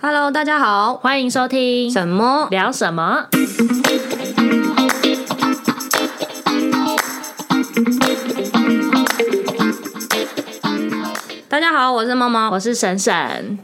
Hello，大家好，欢迎收听什么？聊什么？大家好，我是猫猫。我是沈沈，，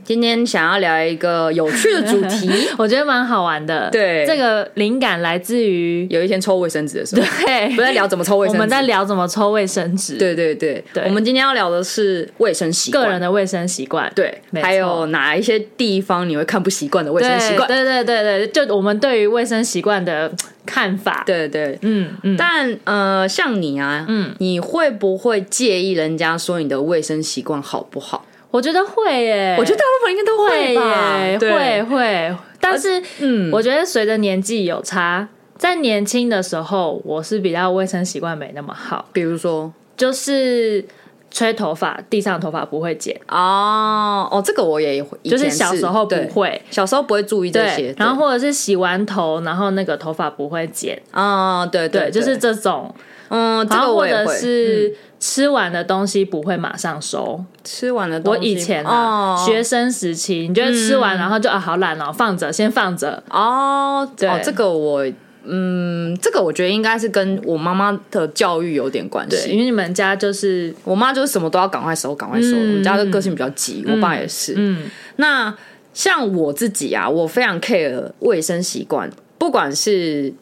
今天想要聊一个有趣的主题 我觉得蛮好玩的。对这个灵感来自于有一天抽卫生纸的时候，对，不在聊怎么抽卫我生纸，们在聊怎么抽卫生纸，对对对，对我们今天要聊的是卫生习惯，个人的卫生习惯，对，没错还有哪一些地方你会看不习惯的卫对生习惯？对对对对，就我们对于卫生习惯的看法。，对对，嗯嗯，但呃，像你啊，嗯，你会不会介意人家说你的卫生习惯好不好？我觉得会耶，我觉得大部分应该都哎会吧，耶，对会会，但是嗯，我觉得随着年纪有差。在年轻的时候，我是比较卫生习惯没那么好，比如说就是吹头发，地上的头发不会剪，哦哦，这个我也会，以就是前小时候不对会。小时候不会注意这些对，，然后或者是洗完头，然后那个头发不会剪，啊、嗯，对对，就是对这种。嗯，这然个后我或也者会嗯是吃完的东西不会马上收。吃完了东我西，以前啊，哦嗯学生时期，你觉得吃完然后就啊好懒哦，放着先放着。哦，对哦，这个我嗯，这个我觉得应该是跟我妈妈的教育有点关对，系。因为你们家就是我妈就是什么都要赶快收，赶快收。我们家的个性比较急，我爸也是。嗯那像我自己啊，我非常 care 卫生习惯，不管是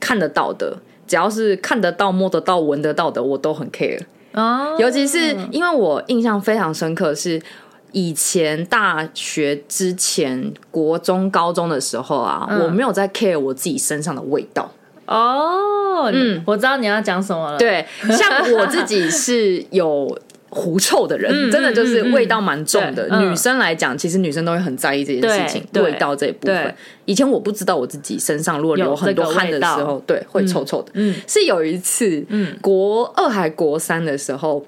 看得到的，只要是看得到、摸得到、闻得到的，我都很 care。哦，尤其是因为我印象非常深刻是。以前大学之前，国中、高中的时候啊，嗯我没有在 care 我自己身上的味道。哦，嗯嗯，我知道你要讲什么了。，对，像我自己是有狐臭的人，嗯真的就是味道蛮重的。嗯嗯嗯女生来讲，其实女生都会很在意这件事情，对味道这一部分对。以前我不知道我自己身上如果流有很多这个汗的味时道候，对，会臭臭的。嗯是有一次，嗯国二还国三的时候，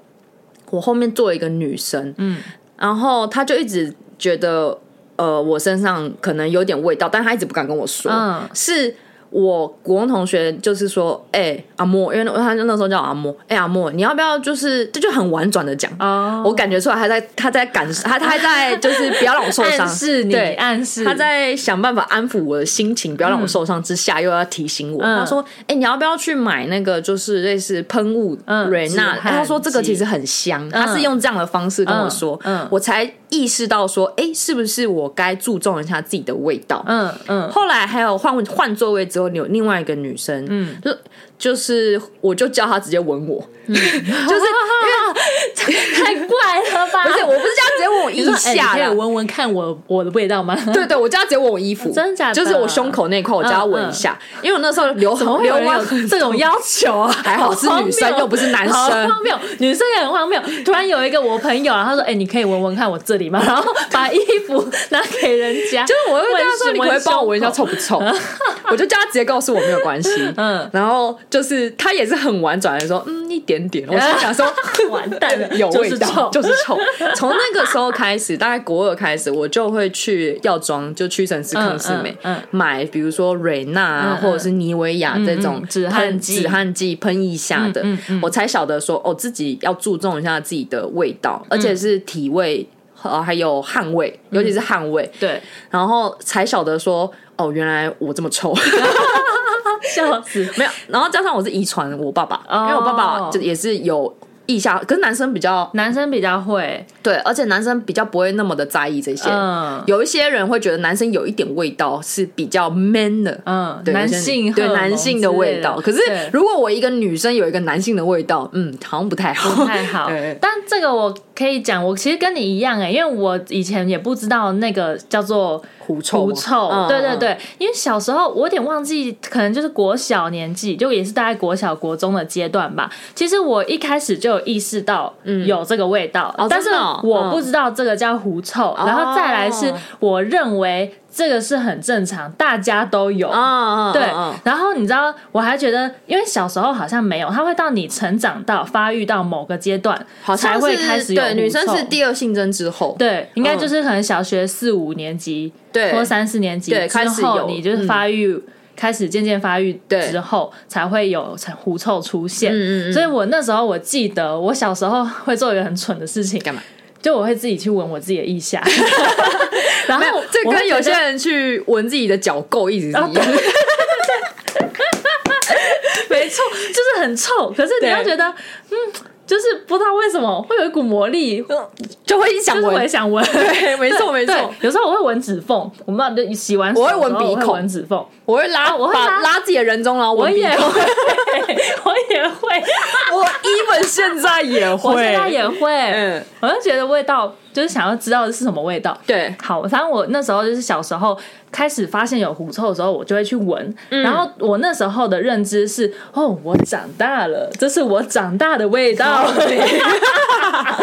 我后面坐一个女生，嗯然后她就一直觉得，呃，我身上可能有点味道，但她一直不敢跟我说。嗯是我国文同学就是说，哎、阿莫，因为他就那时候叫阿莫，哎、阿莫，你要不要就是这就很婉转的讲，哦，我感觉出来他在他在感他他在就是不要让我受伤，暗示你，对。暗示他在想办法安抚我的心情，不要让我受伤之下，又要提醒我。嗯他说：“哎、你要不要去买那个就是类似喷雾嗯瑞娜？”止汗他说：“这个剂其实很香。他是用这样的方式跟我说，嗯嗯我才意识到说：“哎、是不是我该注重一下自己的味道？”嗯 嗯后来还有换换座位之后，有另外一个女生，嗯，就就是我就叫她直接吻我，嗯 就是太怪了吧？而且我不是叫她直接吻我 你腋说哎下你可以啦，闻闻看我我的味 道吗？对对，我叫她直接吻我衣服，嗯哦真的假嗯的就是我胸口那一块，我叫她吻一下，因为我那时候流怎么很会有流人完有这种要求啊？还好是女生荒谬又不是男生 好荒谬，女生也很荒谬。突然有一个我朋友，然后他说：“哎、你可以闻闻看我这里吗？”然后把衣服拿给人 家，就是我会跟她 说，闻你可不可以帮我闻一下胸口臭不臭？ 我就叫她直接告诉我没有关系。 嗯然后就是她也是很婉转的说，嗯，一点点。我心 想说， 完蛋了，有味道， 就是臭是臭。从那个时候开始，大概国二开始，我就会去药妆，就屈臣氏、嗯康士美、嗯嗯买，比如说蕊娜啊，嗯嗯或者是妮维雅这种嗯止汗喷剂止汗剂喷一下的，嗯嗯嗯我才晓得说哦，自己要注重一下自己的味道，而且是体味。呃，还有汗味，尤其是汗味，对，然后才晓得说，哦，原来我这么臭。嗯笑死。 没有，然后加上我是遗传我爸爸，哦因为我爸爸就也是有腋下，可是男生比较男生比较 会，对，而且男生比较不会那么的在意这些。嗯有一些人会觉得男生有一点味道是比较 man 的，嗯，对男有些性对荷尔蒙男性的味道。之可类是的对如果我一个女生有一个男性的味道，嗯，好像不太好，不太好 对。但这个我可以讲，我其实跟你一样哎、因为我以前也不知道那个叫做狐臭吗，狐臭，嗯对对，对，因为小时候我有点忘记，可能就是国小年纪，就也是大概国小国中的阶段吧。其实我一开始就有意识到有这个味道，嗯哦但是真的哦我不知道这个叫狐臭，然后再来是哦我认为这个是很正常，大家都有。啊，嗯对嗯，然后你知道，我还觉得，因为小时候好像没有，它会到你成长到发育到某个阶段，好像才是会开始有对女生狐臭是第二性征之后，对，应该嗯就是可能小学四五年级，对或三四年级对开始之后有，嗯你就是发育、开始渐渐发育对之后，才会有才狐臭出现。嗯嗯嗯所以我那时候我记得，我小时候 会做一个很蠢的事情，干嘛？ 就我会自己去闻我自己的腋下，然后这我会跟有觉得些人去闻自己的脚垢一直是一样的。没错，就是很臭。可是你对要觉得，嗯，就是不知道为什么会有一股魔力， 就会一直想哦就是我也闻。想闻。 对，没错没对错，，有时候我会闻指缝，我们就洗完手我会的时候闻鼻孔闻指缝，我会拉，啊我会把拉拉自己的人中，然后我闻鼻也孔。会， 我也会， 我 even 现在也会，我现在也会，嗯我就觉得味道，就是想要知道是什么味道。对，好，反正我那时候就是小时候开始发现有狐臭的时候，我就会去闻。嗯然后我那时候的认知是，哦，我长大了，这是我长大的味哦道。我觉得大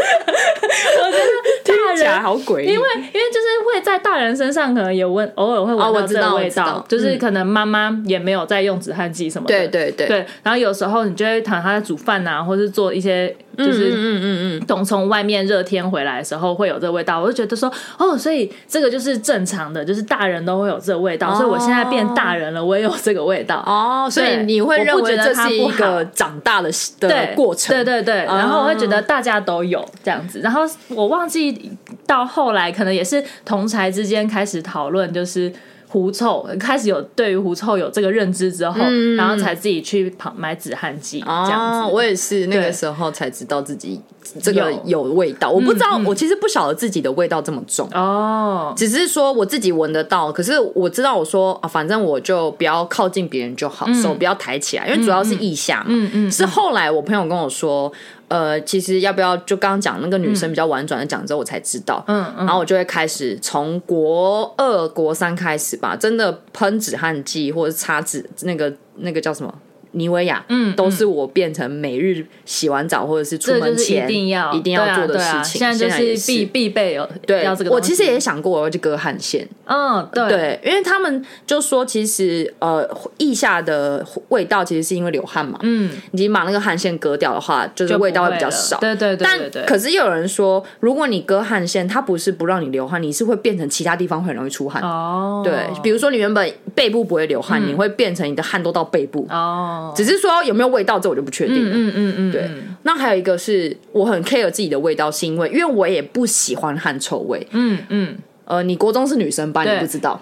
听起来人。好诡异。因为因为就是会在大人身上可能有闻，偶尔会哦闻我到知这道个我味知道，道就是嗯可能妈妈也没有在用止汗剂什么的，对对对，对，然后有时候你就会躺他在煮饭啊，或是做一些就嗯是嗯嗯嗯，从从外面热天回来的时候会有这味道，我就觉得说哦，所以这个就是正常的，就是大人都会有这味道，所以我现在变大人了，我也有这个味道。哦，所以对你会我不认为觉得这它是不一个好长大的 对的过程，对对对，哦然后我会觉得大家都有这样子，然后我忘记到后来可能也是同才之间开始讨论，就是狐臭开始有对于狐臭有这个认知之后，嗯然后才自己去旁买止汗剂这样子。哦，我也是那个对时候才知道自己这个有有味道，我不知道，嗯我其实不晓得自己的味道这么重，哦，只是说我自己闻得到，可是我知道我说啊，反正我就不要靠近别人就好，手不要抬起来，因为主要是腋下嘛。嗯嗯，是后来我朋友跟我说，呃，其实要不要就刚刚讲那个女生比较婉转的讲之后，我才知道。嗯嗯然后我就会开始从国二、国三开始吧，真的喷止汗剂或者擦止那个那个叫什么妮维雅，嗯嗯都是我变成每日洗完澡或者是出这门就是前一定要一定要做的对事啊对啊情。现在也就是必必备有对要这个。我其实也，想过我要去割汗腺，嗯，对，对，因为他们就说其实呃腋下的味道其实是因为流汗嘛，嗯，你把那个汗腺割掉的话，就是就不味道会会比较了少。对对对对对，但可是又有人说，如果你割汗腺，它不是不让你流汗，你是会变成其他地方会很容易出汗。哦，嗯对，比如说你原本背部不会流汗，你会变成你的汗都到背部。哦，只是说有没有味道，这我就不确定了。嗯嗯嗯，对嗯，那还有一个是我很 care 自己的味道，是因为因为我也不喜欢汗臭味。嗯嗯，呃，你国中是女生班，对你不知道，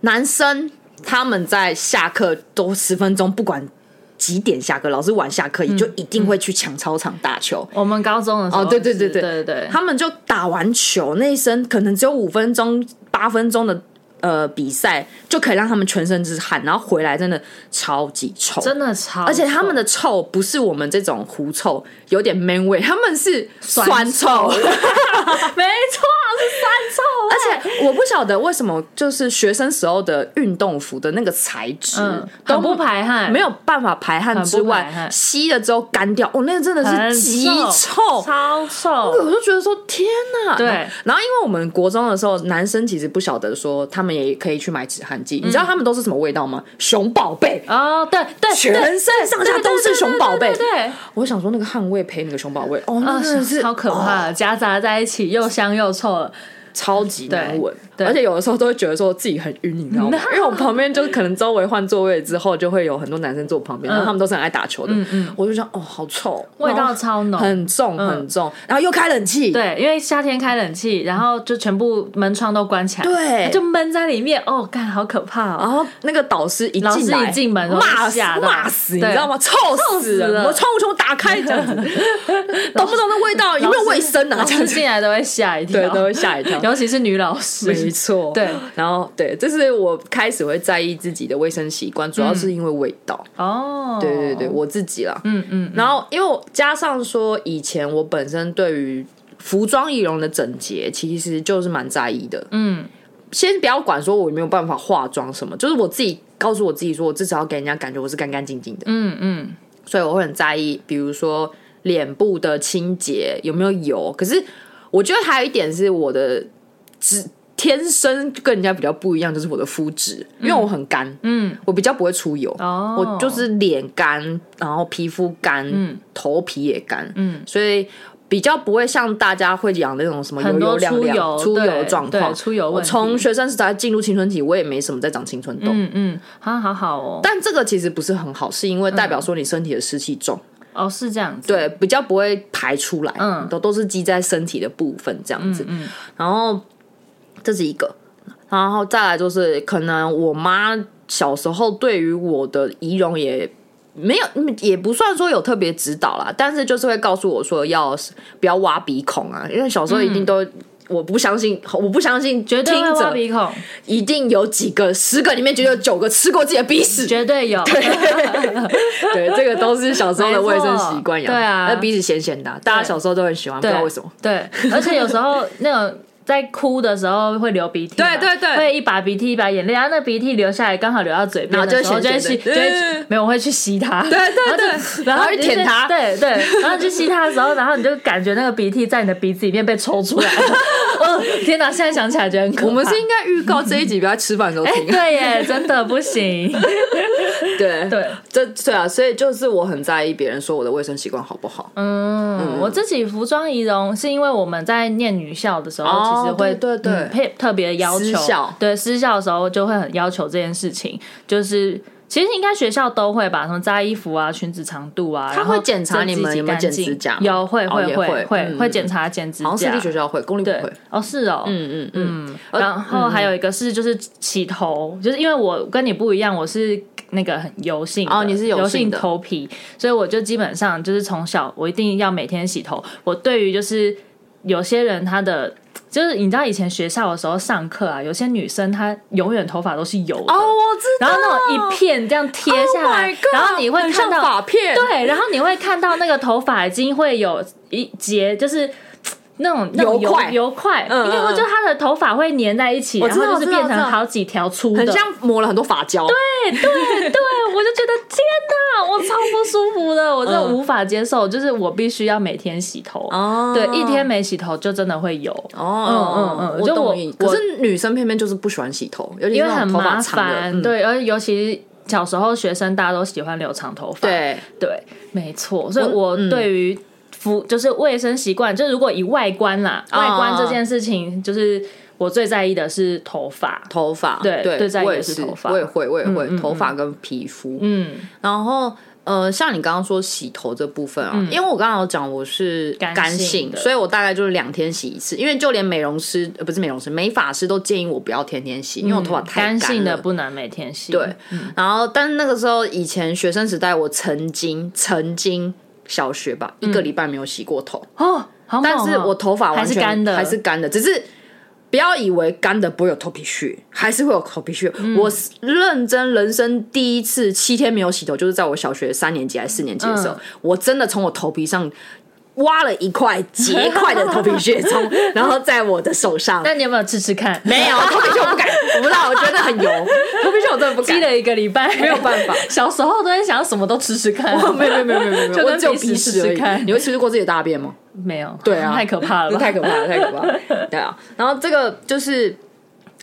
男生他们在下课都十分钟，不管几点下课，老师晚下课，嗯也就一定会去抢操场打球。我们高中的时候哦是，对对对对对对对，他们就打完球那一声，可能只有五分钟、八分钟的呃比赛，就可以让他们全身是汗，然后回来真的超级臭。真的超，而且他们的的臭不是我们这种狐臭，有点 man 味，他们是酸酸臭。 没错是酸臭，而且我不晓得为什么，就是学生时候的运动服的那个材质、嗯，都很不排汗，没有办法排汗之很不排外，汗吸了之后干掉，哦，那个真的很是极臭。臭，超那个臭，我就觉得说天哪，对然后然后因为我们国中的时候，男生其实不晓得说他们也可以去买止汗剂，你知道他们都是什么味道吗？熊宝贝，哦，嗯 对对，嗯全对身上对下对都是对熊宝贝对。对对。我想说那个汗味配那个熊宝贝，哦，啊那真的，是哦超可怕的，夹杂在一起，又香又臭了。超级难闻，对对而且有的时候都会觉得说自己很晕，你知 道吗？因为我旁边就是可能周围换座位之后，就会有很多男生坐我旁边，然后他们都是很爱打球的，我就想哦，好臭，嗯味道然后超浓嗯很重很重，然后又开冷气，对，因为夏天开冷气，然后就全部门窗都关起来，对就闷在里面。哦，干，好可怕然 哦！后那个导师一老师进来一进门然后骂死吓到骂死，你对知道吗？臭死臭死了我窗户全部打开这样 子，懂不懂那味道？有没有卫生啊？老这样师子进来都会吓一跳，对，都会吓一跳。 尤其是女老师。没错，对，然后对，这是我开始会在意自己的卫生习惯，主要嗯是因为味道。哦，对对对，，我自己啦。嗯嗯，然后因为我加上说，以前我本身对于服装仪容的整洁，其实就是蛮在意的。嗯，先不要管说我有没有办法化妆什么，就是我自己告诉我自己说，我至少要给人家感觉我是干干净净的，嗯嗯，所以我会很在意，比如说脸部的清洁有没有油。可是我觉得还有一点是我的只。天生跟人家比较不一样，就是我的肤质，因为我很干，嗯，我比较不会出油，哦，我就是脸干，然后皮肤干，嗯头皮也干，嗯，所以比较不会像大家会养的那种什么油很油多亮出亮油出油的对状对况。出油我问题。从学生时代进入青春期，我也没什么在长青春痘，嗯嗯，好好好哦，但这个其实不是很好，是因嗯为代表说你身体的湿气重，哦是这样子，对，比较不会排出来，嗯都都是积在身体的部分这样子。嗯然后这是一个。然后再来就是，可能我妈小时候对于我的仪容也没有，嗯也不算说有特别指导啦，但是就是会告诉我说要不要挖鼻孔啊，因为小时候一定都。我不相信，我不相信，嗯绝听对会挖着鼻孔，一定有几个，十个里面就有九个吃过自己的鼻屎。绝对 有。对，这个都是小时候的卫生习惯养成。没错对啊那鼻子咸咸的啊、大家小时候都很喜欢，不对，知道为什 么。对，而且有时候那种在哭的时候会流鼻涕嘛，对对对会一把鼻涕一把眼泪，然后那鼻涕流下来刚好流到嘴边然后就的时候，会就会咸吸，咸就的会嗯没有我会去吸它， 对对对然然后后你去舔它对对，然后你去吸它的时候，然后你就感觉那个鼻涕在你的鼻子里面被抽出来， 哦，天哪！现在想起来觉得很可怕。我们是应该预告这一集，不要在吃饭的时候哎，听。啊 对耶，真的不行， 对对。这对啊，所以就是我很在意别人说我的卫生习惯好不好。嗯，我自己服装仪容是因为我们在念女校的时候，哦其实会对对对嗯配特别要求，私校对私校的时候就会很要求这件事情，就是其实应该学校都会吧，什么扎衣服啊、裙子长度啊，他会然后检查你们整齐有没有剪指干净甲吗有会哦会也会会会嗯会检查剪指甲，好像私立学校会，公立不嗯对会。哦是哦，嗯嗯嗯，嗯，然后还有一个是就是起头，就是因为我跟你不一样，我是那个很油性的哦你是油油性的头皮，所以我就基本上就是从小我一定要每天洗头。我对于就是有些人他的。就是你知道以前学校的时候上课啊，有些女生她永远头发都是油的，哦，我知道。然后那种一片这样贴下 Oh 来 my God，然后你会很看像到发片，对，然后你会看到那个头发已经会有一节，就是。那种那种油油块油块，嗯因为嗯就它的头发会粘在一起，我然知道后就是变我知成道好几条粗的，很像抹了很多发胶。对， 对，我就觉得天哪，我超不舒服的，我真的嗯无法接受，就是我必须要每天洗头，哦对，一天没洗头就真的会油，哦，嗯嗯嗯我就我懂你。可是女生偏偏就是不喜欢洗头，尤其因是为那很种头麻发长的。烦，嗯对，而且尤其是小时候学生，大家都喜欢留长头发，对，对，没错，所以我嗯对于服、就是卫生习惯，就是如果以外观啦，啊外观这件事情，就是我最在意的是头发。头发，对对，最在意我的也是是头发我也会，我也会，嗯嗯头发跟皮肤，嗯，然后。呃，像你刚刚说洗头这部分啊，因为我刚刚有讲我是嗯干干性的所以我大概就是两天洗一次。因为就连美容师，呃，不是美容师，美发师都建议我不要天天洗，因为我头发太嗯干干性的了不能每天洗。对，然后但是那个时候以前学生时代，我曾经曾经小学吧，嗯一个礼拜没有洗过头，哦，好猛哦但是我头发完还是全干的，嗯还是干的，只是。不要以为干的不会有头皮屑，还是会有头皮屑。我是认真人生第一次七天没有洗头，就是在我小学三年级还是四年级的时候，嗯我真的从我头皮上挖了一块结块的头皮 屑，从然后在我的手上那你有没有吃吃看？ 没有头皮屑，我不敢，我不知道，我觉得很油，头皮屑我真的不积敢。了一个礼拜，没有办法 小时候都会想要什么都吃吃看，哦，没有没有没有没有 没有，就我跟只有鼻鼻屎屎试而已看你会吃过自己的大便吗？没有，对啊太可怕了吧，太可怕了，太可怕了。 对啊，然后这个就是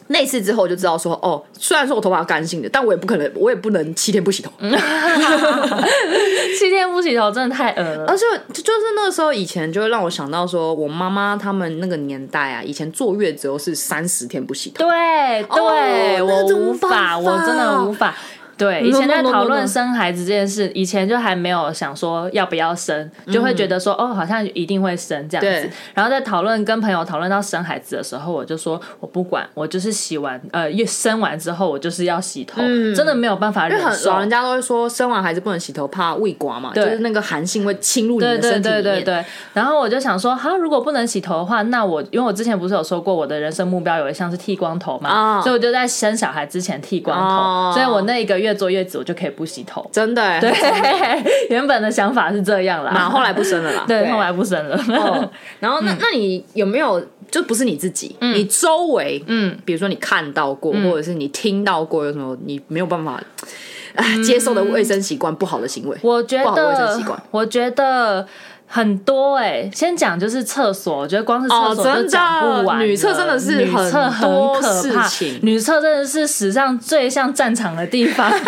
那次之后我就知道说，哦，虽然说我头发干性的，但我也不可能，我也不能七天不洗头。嗯七天不洗头真的太恶了。而且就就是那个时候以前就会让我想到说，我妈妈他们那个年代啊，以前坐月子都是三十天不洗头。对哦对，那我怎么无法，办法我真的无法。对，以 No, 前在 no, no, 讨 no, 论 no. 生孩子这件事，以前就还没有想说要不要生，就会觉得说哦，好像一定会生这样子嗯对。然后在讨论跟朋友讨论到生孩子的时候，我就说我不管，我就是洗完呃，越生完之后我就是要洗头，真的没有办法嗯因为忍很受老。人家都会说，生完孩子不能洗头，怕胃刮嘛，就啊对是那个寒性会侵入你对的对身体里对面。对对，然后我就想说，哈，如果不能洗头的话，那我因为我之前不是有说过我的人生目标有一项是剃光头嘛，啊所以我就在生小孩之前剃光头，哦所以我那一个月坐月子我就可以不洗头。 真的、欸。对，原本的想法是这样啦，然后后来不生了啦。对，后来不生了。哦， 然后那、那你有没有就不是你自己，你周围，嗯，比如说你看到过，或者是你听到过有什么你没有办法哎接受的卫生习惯、不好的行为？我觉不好的卫生得习惯，我觉得很多哎、先讲就是厕所，我觉得光是厕哦所就讲不真完了、的女厕真的是女厕很很多可怕事情，女厕真的是史上最像战场的地 方，很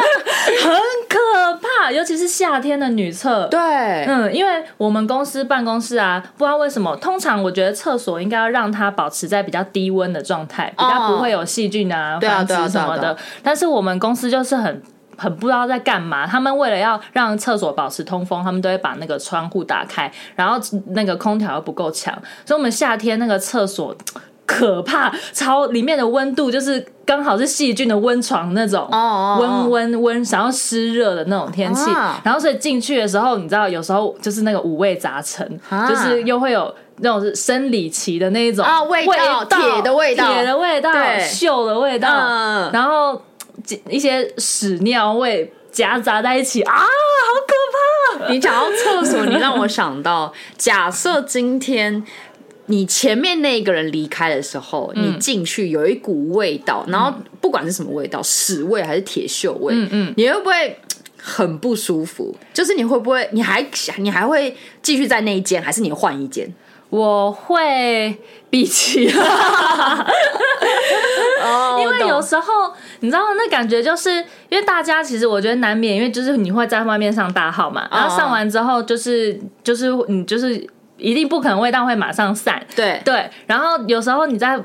可怕，尤其是夏天的女厕。对，嗯，因为我们公司办公室啊，不知道为什么，通常我觉得厕所应该要让它保持在比较低温的状态，比较不会有细菌啊、哦对啊繁殖对啊什么对啊的。但是我们公司就是很。很不知道在干嘛，他们为了要让厕所保持通风，他们都会把那个窗户打开，然后那个空调又不够强，所以我们夏天那个厕所 可怕，超里面的温度就是刚好是细菌的温床那种，哦温温温，然后湿热的那种天气啊，然后所以进去的时候，你知道有时候就是那个五味杂陈，啊就是又会有。那种是生理期的那一种啊味道铁的味道铁的味道、对锈的味道，嗯然后一些屎尿味夹杂在一起啊，好可怕！ 你讲到厕所，你让我想到，假设今天你前面那一个人离开的时候，嗯你进去有一股味道，然后不管是什么味道，屎味还是铁锈味，嗯嗯你会不会？很不舒服，就是你会不会，你还你还会继续在那一间，还是你换一间？我会闭气，哦因为有时候你知道那感觉，就是因为大家其实我觉得难免，因为就是你会在外面上大号嘛，然后上完之后就是就是你就是一定不可能味道会马上散，对对，然后有时候你在。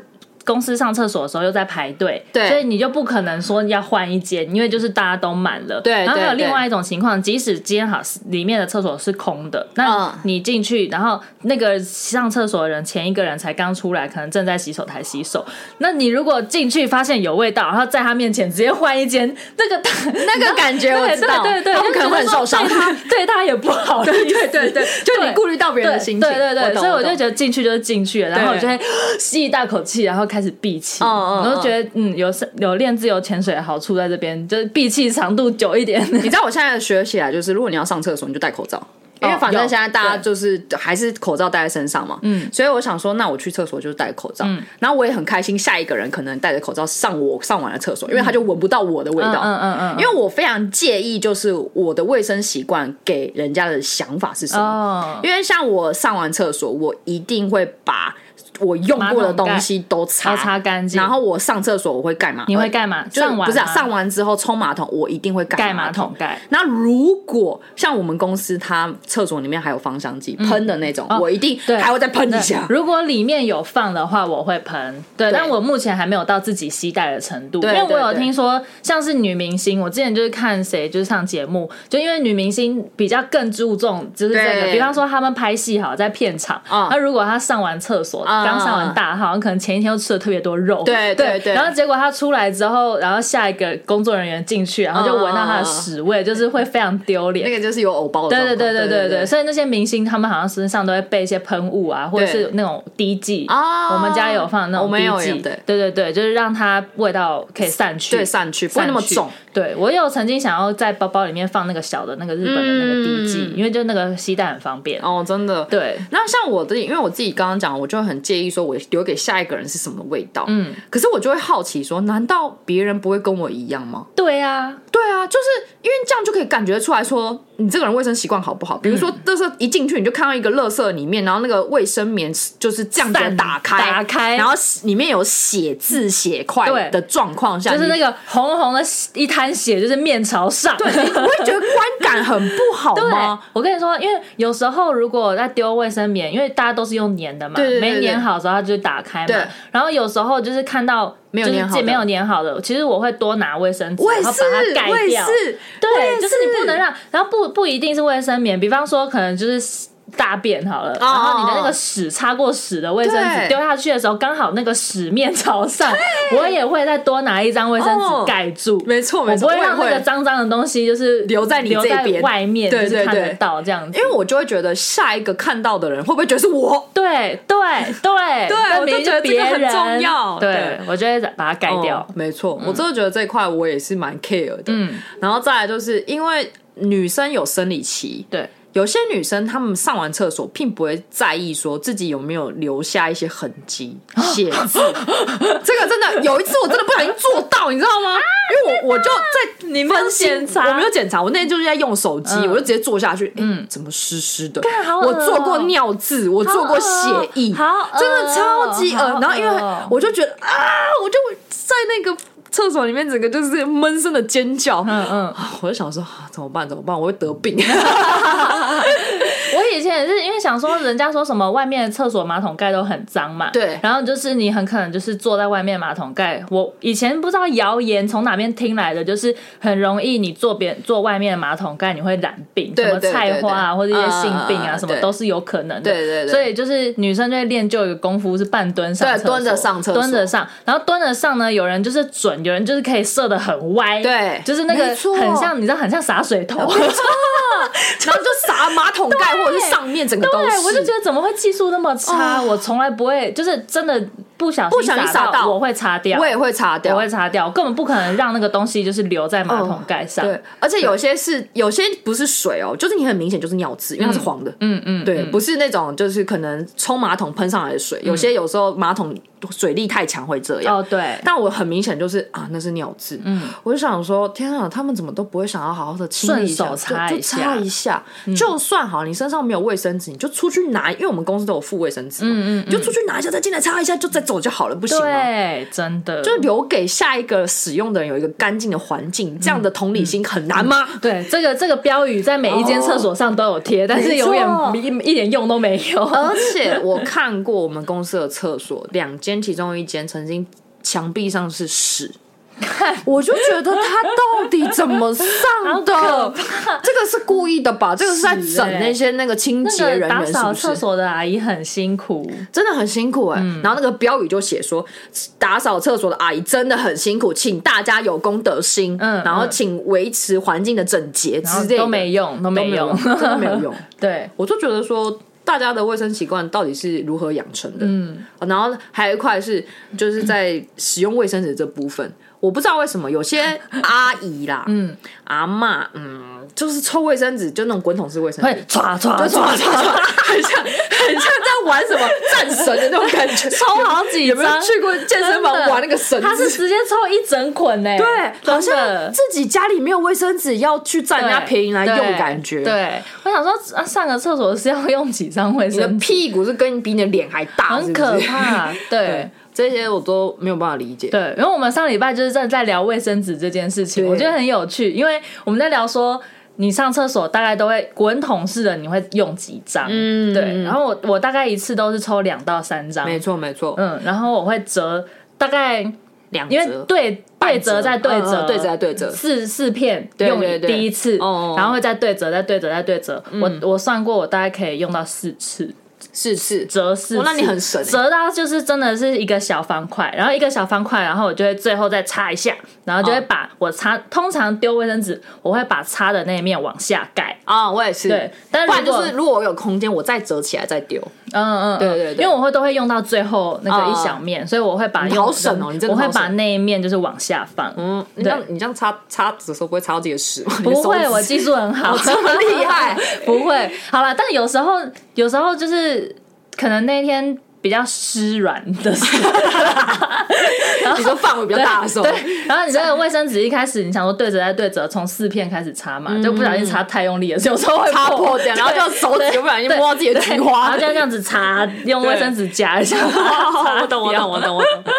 公司上厕所的时候又在排队，对所以你就不可能说要换一间，因为就是大家都满了。对然后还有对对另外一种情况，即使今天好里面的厕所是空的，那嗯你进去，然后那个上厕所的人前一个人才刚出来，可能正在洗手台洗手，那你如果进去发现有味道，然后在他面前直接换一间，那个他那个感觉我 对知道，对对对，他们可能会很受伤就。觉得说对他对他也不好意思，对对对对，就你顾虑到别人的心情，对对对对，懂所以我就懂觉得进去就是进去了，然后我就会吸一大口气，然后开始闭气，嗯嗯嗯我就觉得嗯，有有练自由潜水的好处在这边，就是闭气长度久 一点。你知道我现在学起来就是，如果你要上厕所，你就戴口罩。因为哦反正有现在大家对就是还是口罩戴在身上嘛，嗯，所以我想说，那我去厕所就戴口罩，嗯然后我也很开心，下一个人可能戴着口罩上我上完了厕所，因为他就闻不到我的味嗯道，嗯嗯嗯，因为我非常介意就是我的卫生习惯给人家的想法是什么，哦，因为像我上完厕所，我一定会把我用过的东西都要擦擦干净，然后我上厕所我会盖马，你会盖嘛？就是上完不是、啊、吗上完之后冲马桶，我一定会盖盖马马桶盖。那如果像我们公司，它厕所里面还有芳香剂喷的那种，我一定嗯哦对还会再喷一下。对如果里面有放的话，我会喷。对，对但我目前还没有到自己吸带的程度，因对为我有对对听说，像是女明星，我之前就是看谁就是上节目，就因为女明星比较更注重就是这个，对比方说她们拍戏好在片场，嗯那、如果她上完厕所，嗯刚上完大号，可能前一天又吃了特别多肉，对对对对然后结果她出来之后，然后下一个工作人员进去，然后就闻到她嗯的嗯嗯屎味，就是会非常丢脸那。个就是有偶包的状对对况，对对对对对，所以那些明星他们好像身上都会备一些喷雾啊，或者是那种滴剂啊我们家有放那我种们滴有剂，有对对对对，就是让它味道可以散去，对散去不会散那么去重。对我有曾经想要在包包里面放那个小的那个日本的那个滴剂，因为就那个吸带很方便。嗯哦，真的。对，那像我自己，因为我自己刚刚讲，我就很介意说我留给下一个人是什么味道。嗯，可是我就会好奇说，难道别人不会跟我一样吗？对啊，对啊，就是因为这样就可以感觉出来说你这个人卫生习惯好不好。比如说，嗯垃圾一进去你就看到一个垃圾里面，然后那个卫生棉就是这样子散打开，打开然后里面有血渍、血块对的状况下，就是那你个红红的一滩血，就是面朝上。对，我会觉得观感很不好对吗？，我跟你说，因为有时候如果在丢卫生棉，因为大家都是用粘的嘛，对对对对没粘好的时候它就打开嘛。对然后有时候就是看到没有就是粘好自的己没有粘好的，其实我会多拿卫生纸，我然也后是把它，我盖也掉。是，我对，也就是你不能让，然后不不一定是卫生棉，比方说可能就是。大便好了，然后你的那个屎擦过屎的卫生纸哦对丢下去的时候，刚好那个屎面朝上，我也会再多拿一张卫生哦纸盖住。没错我没不错，会也让那个脏脏的东西就是留在你留这在边外面，对就是对看得对到这样子。因为我就会觉得下一个看到的人会不会觉得是我？对对 对对证我就明觉是得这别个很人重要对对，我就会把它改掉嗯哦。没错，我真的觉得这一块我也是蛮 care 的。嗯，然后再来就是因为女生有生理期，对，有些女生她们上完厕所并不会在意说自己有没有留下一些痕迹、啊血 渍。这个真的有一次我真的不小心做到，你知道啊吗？因为我我就在你没有检查我没有检查，我那天就是在用手机，嗯我就直接坐下去，嗯，怎么湿湿的？干好恶我哦做过尿渍，我做过血液，好恶真的超级好恶恶。然后因为我就觉得啊，我就在那个厕所里面，整个就是闷声的尖叫。嗯嗯， 啊我就想说、啊怎么办？怎么办？我会得病。我以前前也是因为想说，人家说什么外面的厕所马桶盖都很脏嘛，对然后就是你很可能就是坐在外面马桶盖。我以前不知道谣言从哪边听来的，就是很容易你坐别坐外面的马桶盖，你会染病，对什么对菜花啊，或对者对一些性病嗯嗯啊，嗯什么对都是有可能对的。对对所以就是女生就会练就一个功夫是半蹲上对厕所，蹲着上厕所蹲着上，然后蹲着上呢，有人就是准，有人就是可以射的很歪，对就是那个没错很像你知道很像 洒水头，然后就撒马桶盖或者是上面整个都是，哎对，我就觉得怎么会技术那么差？哦我从来不会，就是真的不小不小心洒洒到我会擦掉，我也会擦掉，我会擦掉，我根本不可能让那个东西就是留在马桶盖上。哦对，而且有些是有些不是水哦，就是你很明显就是尿渍，因为它是黄的。嗯嗯，对，不是那种就是可能冲马桶喷上来的水，有些有时候马桶水力太强会这样。哦对，但我很明显就是啊，那是尿渍。嗯，我就想说，天啊，他们怎么都不会想要好好的清理一下，顺手擦就一就下擦一下。嗯就算好，你身上没有卫生纸，你就出去拿，因为我们公司都有附卫生纸嘛，嗯嗯你就出去拿一下，再进来擦一下，就再走就好了，不行吗？对，真的就留给下一个使用的人有一个干净的环境，这样的同理心很难吗？对这个这个标语在每一间厕所上都有哦贴，但是永远没一一点用都没有。而且我看过我们公司的厕所，两间其中一间曾经墙壁上是 屎。我就觉得他到底怎么上好可欸的？这个是故意的吧？这个是在整那些那个清洁那人个打员是扫不厕是？所的嗯阿姨很辛苦，真的很辛苦哎、然后那个标语就写说，打扫厕所的阿姨真的很辛苦，请大家有公德心，嗯然后嗯请维持环境的整洁然之后类的，都没用，都都没没用，真的没有。用。 对，我就觉得说，大家的卫生习惯到底是如何养成的？嗯，然后还有一块是，就是在使用卫生纸这部分，我不知道为什么有些阿姨啦，嗯，阿嬷，嗯，就是抽卫生纸，就那种滚筒式卫生 会纸。唰唰就唰抓抓唰，抓，很像很像在玩什么战神的那种感 觉，抽抽好几张，有没有去过健身房真的玩那个绳他是子？直接抽一整捆呢、对，好真像的。自己家里没有卫生纸，要去占人家便宜来用，对感觉。对，我想说，啊、上个厕所是要用几张卫你的生纸，屁股是跟比你的脸还大，很是不是可。 怕。对对，这些我都没有办法理解。对，因为我们上礼拜就是正在聊卫生纸这件事情，对我觉得很有趣，因为我们在聊说。你上厕所大概都会滚筒式的，你会用几张？嗯，对。然后我我大概一次都是抽两到三张，没错没错，嗯，然后我会折大概两因为折对对折再对嗯折，嗯对折再对折四四片对用对对第一次，哦嗯然后会再对折，再对折，再对折。我我算过，我大概可以用到四次，是是，折四次哦。那你很神欸折到就是真的是一个小方块，然后一个小方块，然后我就会最后再擦一下，然后就会哦把我擦，通常丢卫生纸，我会把擦的那一面往下盖。啊，我也是。对，但不是然如果就是如果我有空间，我再折起来再丢。嗯嗯，嗯对对对因为我会都会用到最后那个一小面，所以我会把你用好省哦你真的我好会把省那一面就是往下放，嗯，你这样你这样擦擦纸的时候不会擦到自己的屎吗？不会，我记技术很 好，这么厉害， 不会。好了，但有时候有时候就是可能那天比较湿软的时候，你说范围比较 大的时候，对，然后你这个卫生纸一开始你想说对折再对折，从四片开始擦嘛，就不小心擦太用力了，有时候会嗯擦破掉，然后就手指就不小心摸到自己的菊然花后。就这样子擦，用卫生纸夹一下。 哦 我懂，我懂，我懂，我懂。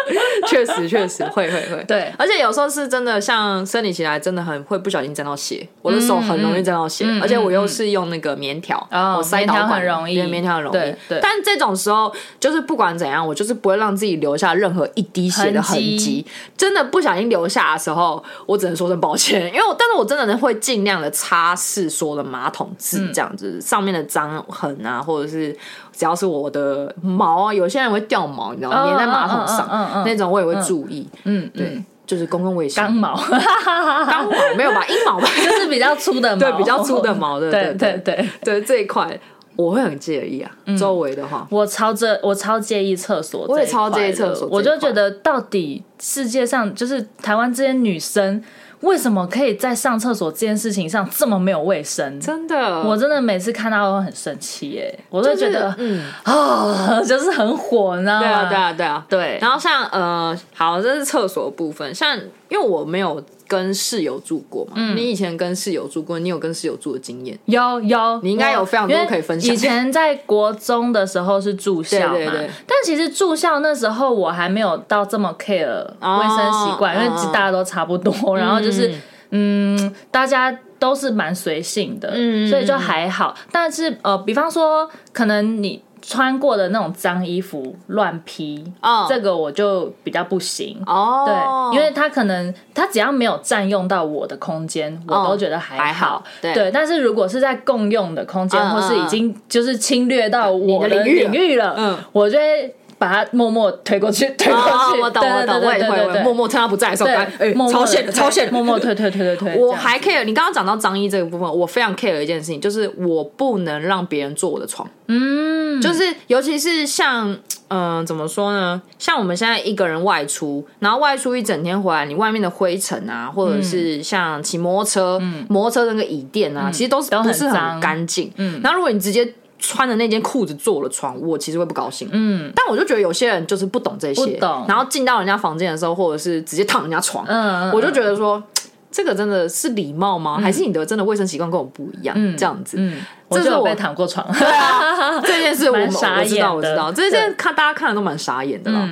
确实，确实会会会。对而且有时候是真的，像生理期来，真的很会不小心沾到血，我的手很容易沾到血，嗯而且我又是用那个棉条，哦我塞导管棉条很容易对棉条很容易。对对但这种时候，就是不管怎样，我就是不会让自己留下任何一滴血的痕痕迹迹。真的不小心留下的时候，我只能说声抱歉，因为我但是我真的会尽量的擦拭所有的马桶嗯渍，这样子、上面的脏痕啊，或者是。只要是我的毛啊，有些人会掉毛，你知道吗？嗯粘在马桶上，嗯嗯嗯嗯那种我也会注意。嗯，对，就是公共卫生。刚毛， 刚毛没有吧？阴毛吧？就是比较粗的毛，对，比较粗的。毛的。对对对对。对，这一块我会很介意啊。嗯周围的话，我超这，我超介意厕所这一块的，我也超介意厕所这一块我就觉得到底世界上就是台湾这些女生，为什么可以在上厕所这件事情上这么没有卫生？真的，我真的每次看到都很生气耶，我都就是觉得嗯，啊， 就是很火，你知道吗？对啊，对嗯啊，对啊。对然后像呃，好，这是厕所的部分。像因为我没有跟室友住过嘛，嗯你以前跟室友住过，你有跟室友住的经验？有有，你应该我有非常多因为可以分享以前在国中的时候是住校嘛，对对对但其实住校那时候我还没有到这么 care 卫生习惯，因为哦大家都差不多，然后就是。嗯，大家都是蛮随性的，嗯所以就还好。但是呃，比方说，可能你穿过的那种脏衣服乱披，哦这个我就比较不行。哦，对，因为他可能他只要没有占用到我的空间，我都觉得还哦还好好。对但是如果是在共用的空间，嗯或是已经就是侵略到我你的领域领域了，嗯，我就会把它默默推过去， 推过哦，去。我懂对我懂，我也对对会，对我对也默默趁他不在的时候，对，赶快哎，默默超地限的，推超限的，默默推推推推推。我这样还 care 你刚刚讲到张一这个部分，我非常 care 一件事情，就是我不能让别人坐我的床。嗯，就是尤其是像嗯、呃怎么说呢？像我们现在一个人外出，然后外出一整天回来，你外面的灰尘啊，或者是嗯像骑摩托车，摩托车那个椅垫啊，其实都是都很不是脏很干净。嗯，然后如果你直接。穿着那件裤子坐了床，我其实会不高兴。嗯，但我就觉得有些人就是不懂这些，不懂然后进到人家房间的时候，或者是直接躺人家床，嗯嗯我就觉得说，这个真的是礼貌吗？还是你的真的卫生习惯跟我不一样？这样子，嗯，我这就是有我被躺 过床。对啊，这件事我们蛮傻我知道，眼我的嗯知道，这件看大家看的都蛮傻眼的啦。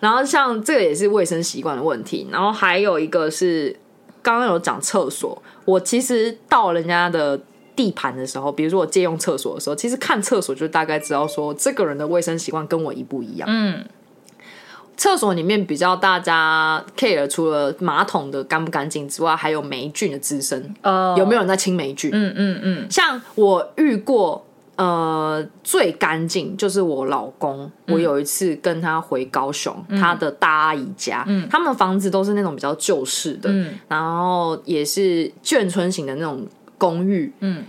然后像这个也是卫生习惯的问题，然后还有一个是刚刚有讲厕所，我其实到人家的。地盘的时候，比如说我借用厕所的时候，其实看厕所就大概知道说这个人的卫生习惯跟我一不一样。嗯，厕所里面比较大家 care，除了马桶的干不干净之外，还有霉菌的滋生。哦，有没有人在清霉菌？嗯？嗯嗯像我遇过，呃，最干净就是我老公。嗯我有一次跟他回高雄，他的大阿姨家，他们房子都是那种比较旧式的，嗯然后也是眷村型的那种公寓，嗯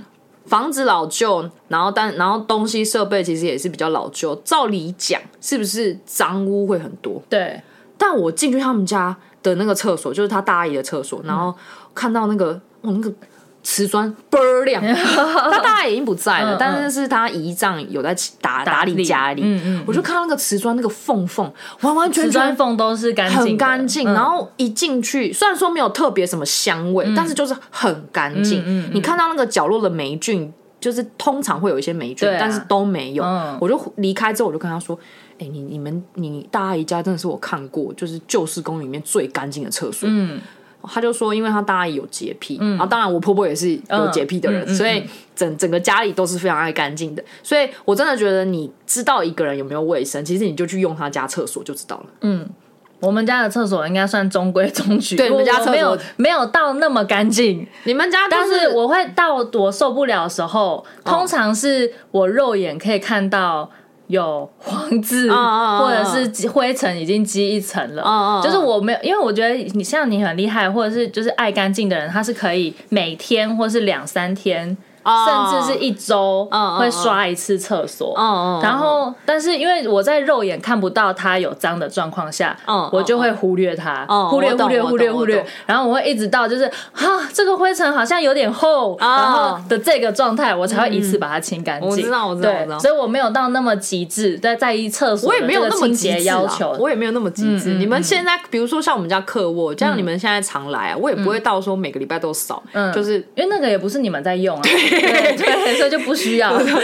房子老旧，然后但然后东西设备其实也是比较老旧。照理讲，是不是脏污会很多？对，但我进去他们家的那个厕所，就是他大阿姨的厕所，然后看到那个哇，那个瓷砖倍儿 亮。他大阿姨已经不在了，嗯但是是他姨丈有在打打理家里，嗯嗯嗯我就看到那个瓷砖那个缝缝，完完全瓷砖全。缝都是干净的，很干净，嗯然后一进去，虽然说没有特别什么香味，但是就是很干净。嗯嗯嗯嗯你看到那个角落的霉菌，就是通常会有一些霉菌，对啊但是都没有。嗯我就离开之后，我就跟他说：“哎、你你们你大阿姨家真的是我看过，就是旧施工里面最干净的厕所。嗯他就说，因为他大阿姨有洁癖，然后当然我婆婆也是有洁癖的人，嗯嗯嗯嗯所以整整个家里都是非常爱干净的。所以我真的觉得，你知道一个人有没有卫生，其实你就去用他家厕所就知道了。嗯。我们家的厕所应该算中规中矩，对我你们家厕所没有没有到那么干净，你们家就但是是我会到我受不了的时候，通常是我肉眼可以看到有黄渍，嗯嗯嗯或者是灰尘已经积一层了。嗯嗯嗯就是我没有，因为我觉得你像你很厉害，或者是就是爱干净的人，他是可以每天或是两三天，哦甚至是一周嗯嗯会刷一次厕所。嗯嗯，然后，但是因为我在肉眼看不到它有脏的状况下，嗯我就会忽略它，嗯忽略我懂忽略我懂忽略我忽略懂，然后我会一直到就是啊，这个灰尘好像有点厚，啊然后的这个状态，我才会一次把它清干净。我知道我知道对我知道所以我没有到那么极致，在在意厕所我的也没有这个那么清极洁致啊要求，嗯我也没有那么极致。你们现在，比如说像我们家客卧，这样你们现在常来啊，我也不嗯会到说每个礼拜都扫，就是因为那个也不是你们 在用啊，对，对所以就不需要。但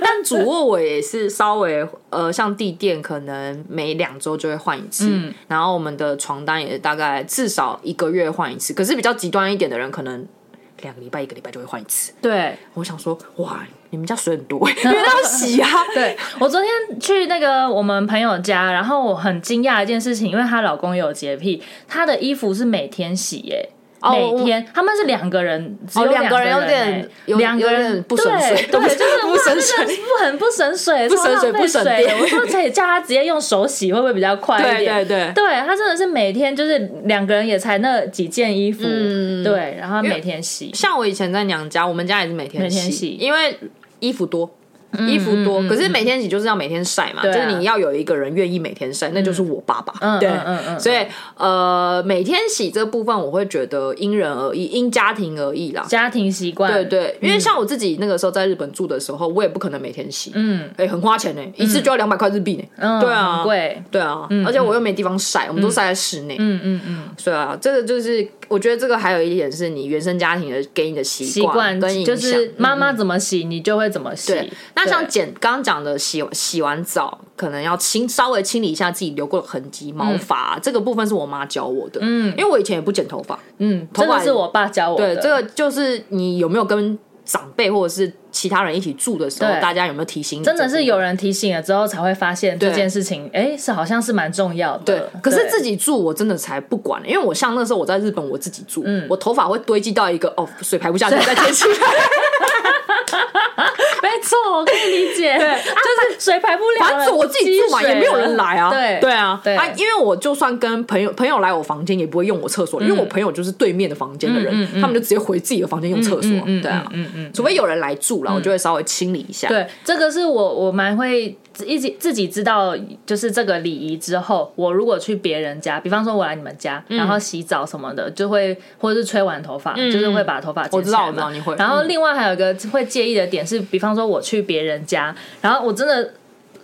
但主卧我也是稍微呃，像地垫可能每两周就会换一次，嗯然后我们的床单也大概至少一个月换一次，可是比较极端一点的人可能。两个礼拜、一个礼拜就会换一次。对，我想说，哇，你们家水很多，因为要洗 啊。对我昨天去那个我们朋友家，然后我很惊讶一件事情，因为她老公有洁癖，她的衣服是每天洗耶、哦每天，他们是两个人，只有哦两个个人有点欸有两个有人点不省水对，对就是不省水哇真的是不很不省水，不省水超浪费不省水电我说可以叫他直接用手洗，会不会比较快一对对点？对，对他真的是每天就是两个人也才那几件衣服，嗯对，然后他每天洗，像我以前在娘家，我们家也是每天每天洗嗯因为衣服多。衣服多，可是每天洗就是要每天晒嘛，对啊就是你要有一个人愿意每天晒，那就是我爸爸。嗯对，嗯嗯嗯所以呃，每天洗这部分，我会觉得因人而异，因家庭而异啦。家庭习惯，对对，因为像我自己那个时候在日本住的时候，我也不可能每天洗，嗯哎、很花钱呢、一次就要两百块日币呢、嗯，对啊很贵，对啊，而且我又没地方晒，我们都晒在室内，嗯嗯嗯，对啊，这个就是我觉得这个还有一点是你原生家庭的给你的习习惯跟影响，嗯就是妈妈怎么洗，你就会怎么洗对。。那像对剪刚刚讲的洗洗完澡，可能要清稍微清理一下自己留过的痕迹、毛发、啊这个部分是我妈教我的。嗯，因为我以前也不剪头发。嗯，这头个发是我爸教我的。对，这个就是你有没有跟长辈或者是其他人一起住的时候，对大家有没有提醒你？真的是。有人提醒了之后，才会发现这件事情，哎，是好像是蛮重要的。对，可是自己己住我真的才不管，因为我像那时候我在日本我自己住，嗯我头发会堆积到一个哦水排不下去再接起来，没错，我可以理解。对，就是水排不了了，啊反 正我自己住嘛，积水也了没有人来啊。对对啊，对啊，因为我就算跟朋友朋友来我房间，也不会用我厕所，因嗯为我朋友就是对面的房间的人，他们就直接回自己的房间用厕所。对啊，嗯嗯，除非有人来住了，我就会稍微清理一下。嗯对，这个是我我蛮会一直自己知道，就是这个礼仪之后，我如果去别人家，比方说我来你们家，嗯然后洗澡什么的，就会或者是吹完头发，就是会把头发我剪知起道嗯我来知嘛道你会嗯然后另外还有一个会介意的点是，比方说我去别人家，然后我真的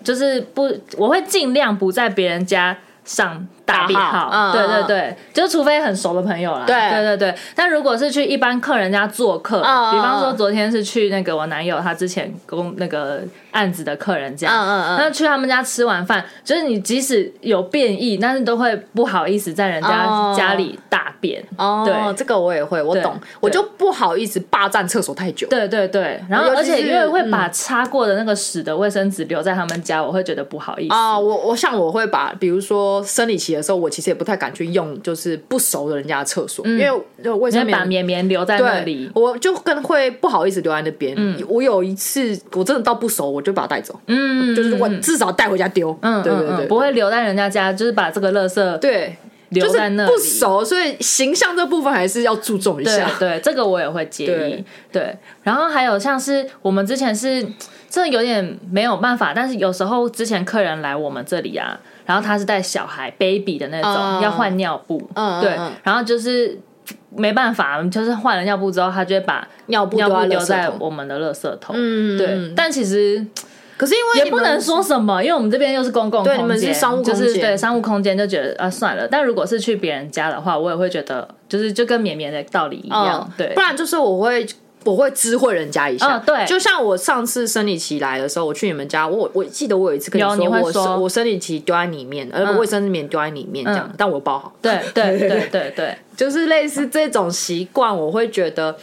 就是不，我会尽量不在别人家。上大大病号嗯对嗯对对，就是除非很熟的朋友啦，对对对对。但如果是去一般客人家做客，嗯嗯比方说嗯昨天是去那个我男友他之前工那个案子的客人家，嗯嗯嗯那去他们家吃完饭，就是你即使有便意，但是都会不好意思在人哦家家里大便。哦对，这个我也会，我对懂，我对就不好意思霸占厕所太久。对对对，然后尤而其且因为是嗯会把擦过的那个屎的卫生纸留在他们家，我会觉得不好意思。啊、我我像我会把，比如说生理期的时候，我其实也不太敢去用，就是不熟的人家的厕所，嗯因为就卫你生会把棉绵绵留在那对里，，我就更会不好意思留在那边。我有一次我真的到不熟，我就把它带走，嗯，就是我至少带回家丢。嗯，嗯对对嗯对，不会留在人家家，就是把这个垃圾对，留就是在那里。不熟，所以形象这部分还是要注重一对下。嗯对，这个我也会介意对。对，然后还有像是我们之前是这有点没有办法，但是有时候之前客人来我们这里啊，然后他是带小孩 baby 的那种，嗯要换尿布，嗯嗯对嗯，然后就是没办法，就是换了尿布之后，他就会把尿布尿丢布在留垃在圾桶，我们的垃圾桶。嗯，对，但其实可是因为也你不们能说什么，因为我们这边又是公共空间，对你们是商务空间就是对商务空间就觉得啊算了。但如果是去别人家的话，我也会觉得就是就跟绵绵的道理一样，嗯对不。然就是我会。我会知会人家一下，嗯对就像我上次生理期来的时候，我去你们家，我我记得我有一次跟有说，你会我说嗯我生理期丢在里面，呃，卫生棉丢在里面这样，但我包好，对对对对对，就是类似这种习惯，我会觉得，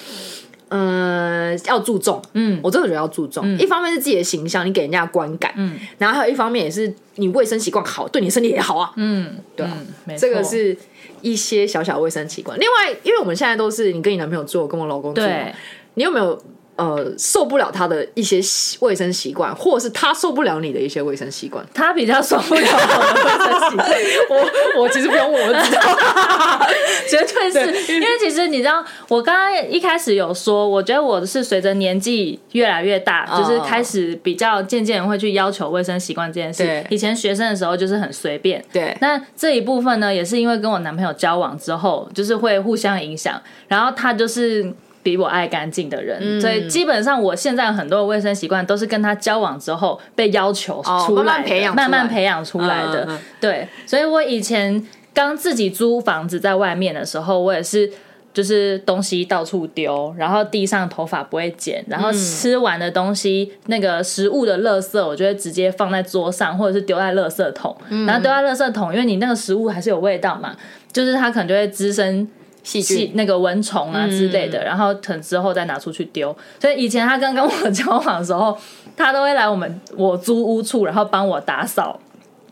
嗯、要注重，嗯，我真的觉得要注重。一方面是自己的形象，你给人家的观感，嗯，然后还有一方面也是你卫生习惯好，对你身体也好啊，嗯，对啊嗯，没错这个是一些小小的卫生习惯。另外，因为我们现在都是你跟你男朋友住，我跟我老公住嘛，对，你有没有呃受不了他的一些习卫生习惯，或者是他受不了你的一些卫生习惯？他比较受不了我的卫生习惯， 我我其实不用问，我 知道，绝对是因为其实你知道，我刚刚一开始有说，我觉得我是随着年纪越来越大，哦就是开始比较渐渐会去要求卫生习惯这件事对。以前学生的时候就是很随便，对那这一部分呢，也是因为跟我男朋友交往之后，就是会互相影响，然后他就是。比我爱干净的人，嗯所以基本上我现在很多的卫生习惯都是跟他交往之后被要求哦出来的、慢慢培养出来慢慢培养出来的。嗯嗯嗯对，所以我以前刚自己租房子在外面的时候，我也是。就是东西到处丢，然后地上头发不会剪，然嗯后吃完的东西、那个食物的垃圾，我就会直接放在桌上，或者是丢在垃圾桶。嗯然后丢在垃圾桶，因为你那个食物还是有味道嘛，就是它可能就会滋生细细菌。嗯那个蚊虫啊之类的，然后等之后再拿出去丢。所以以前他刚跟我交往的时候，他都会来我们我租屋处，然后帮我打扫。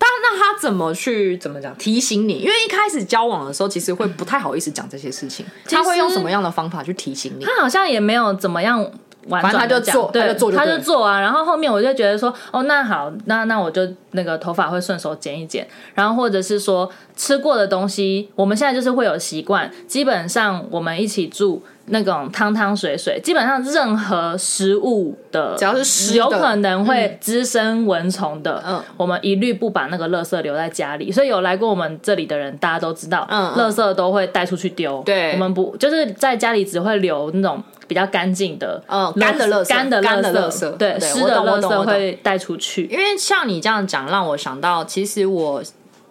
但那他怎么去怎么讲提醒你？因为一开始交往的时候，其实会不太好意思讲这些事情。实他会用什么样的方法去提醒你？他好像也没有怎么样婉转地讲，反正他就做对，他就做就他对就了做啊。然后后面我就觉得说，哦，那好，那那我就那个头发会顺手剪一剪，然后或者是说吃过的东西，我们现在就是会有习惯，基本上我们一起住。那种汤汤水水，基本上任何食物的，只要是湿的有可能会滋生蚊虫的，嗯我们一律不把那个垃圾留在家里。所以有来过我们这里的人，大家都知道，嗯嗯垃圾都会带出去丢，对我们不就是在家里只会留那种比较干净的，嗯干的垃圾干的干垃的垃圾对，对湿我的懂我垃懂我圾懂会带出去。因为像你这样讲，让我想到，其实我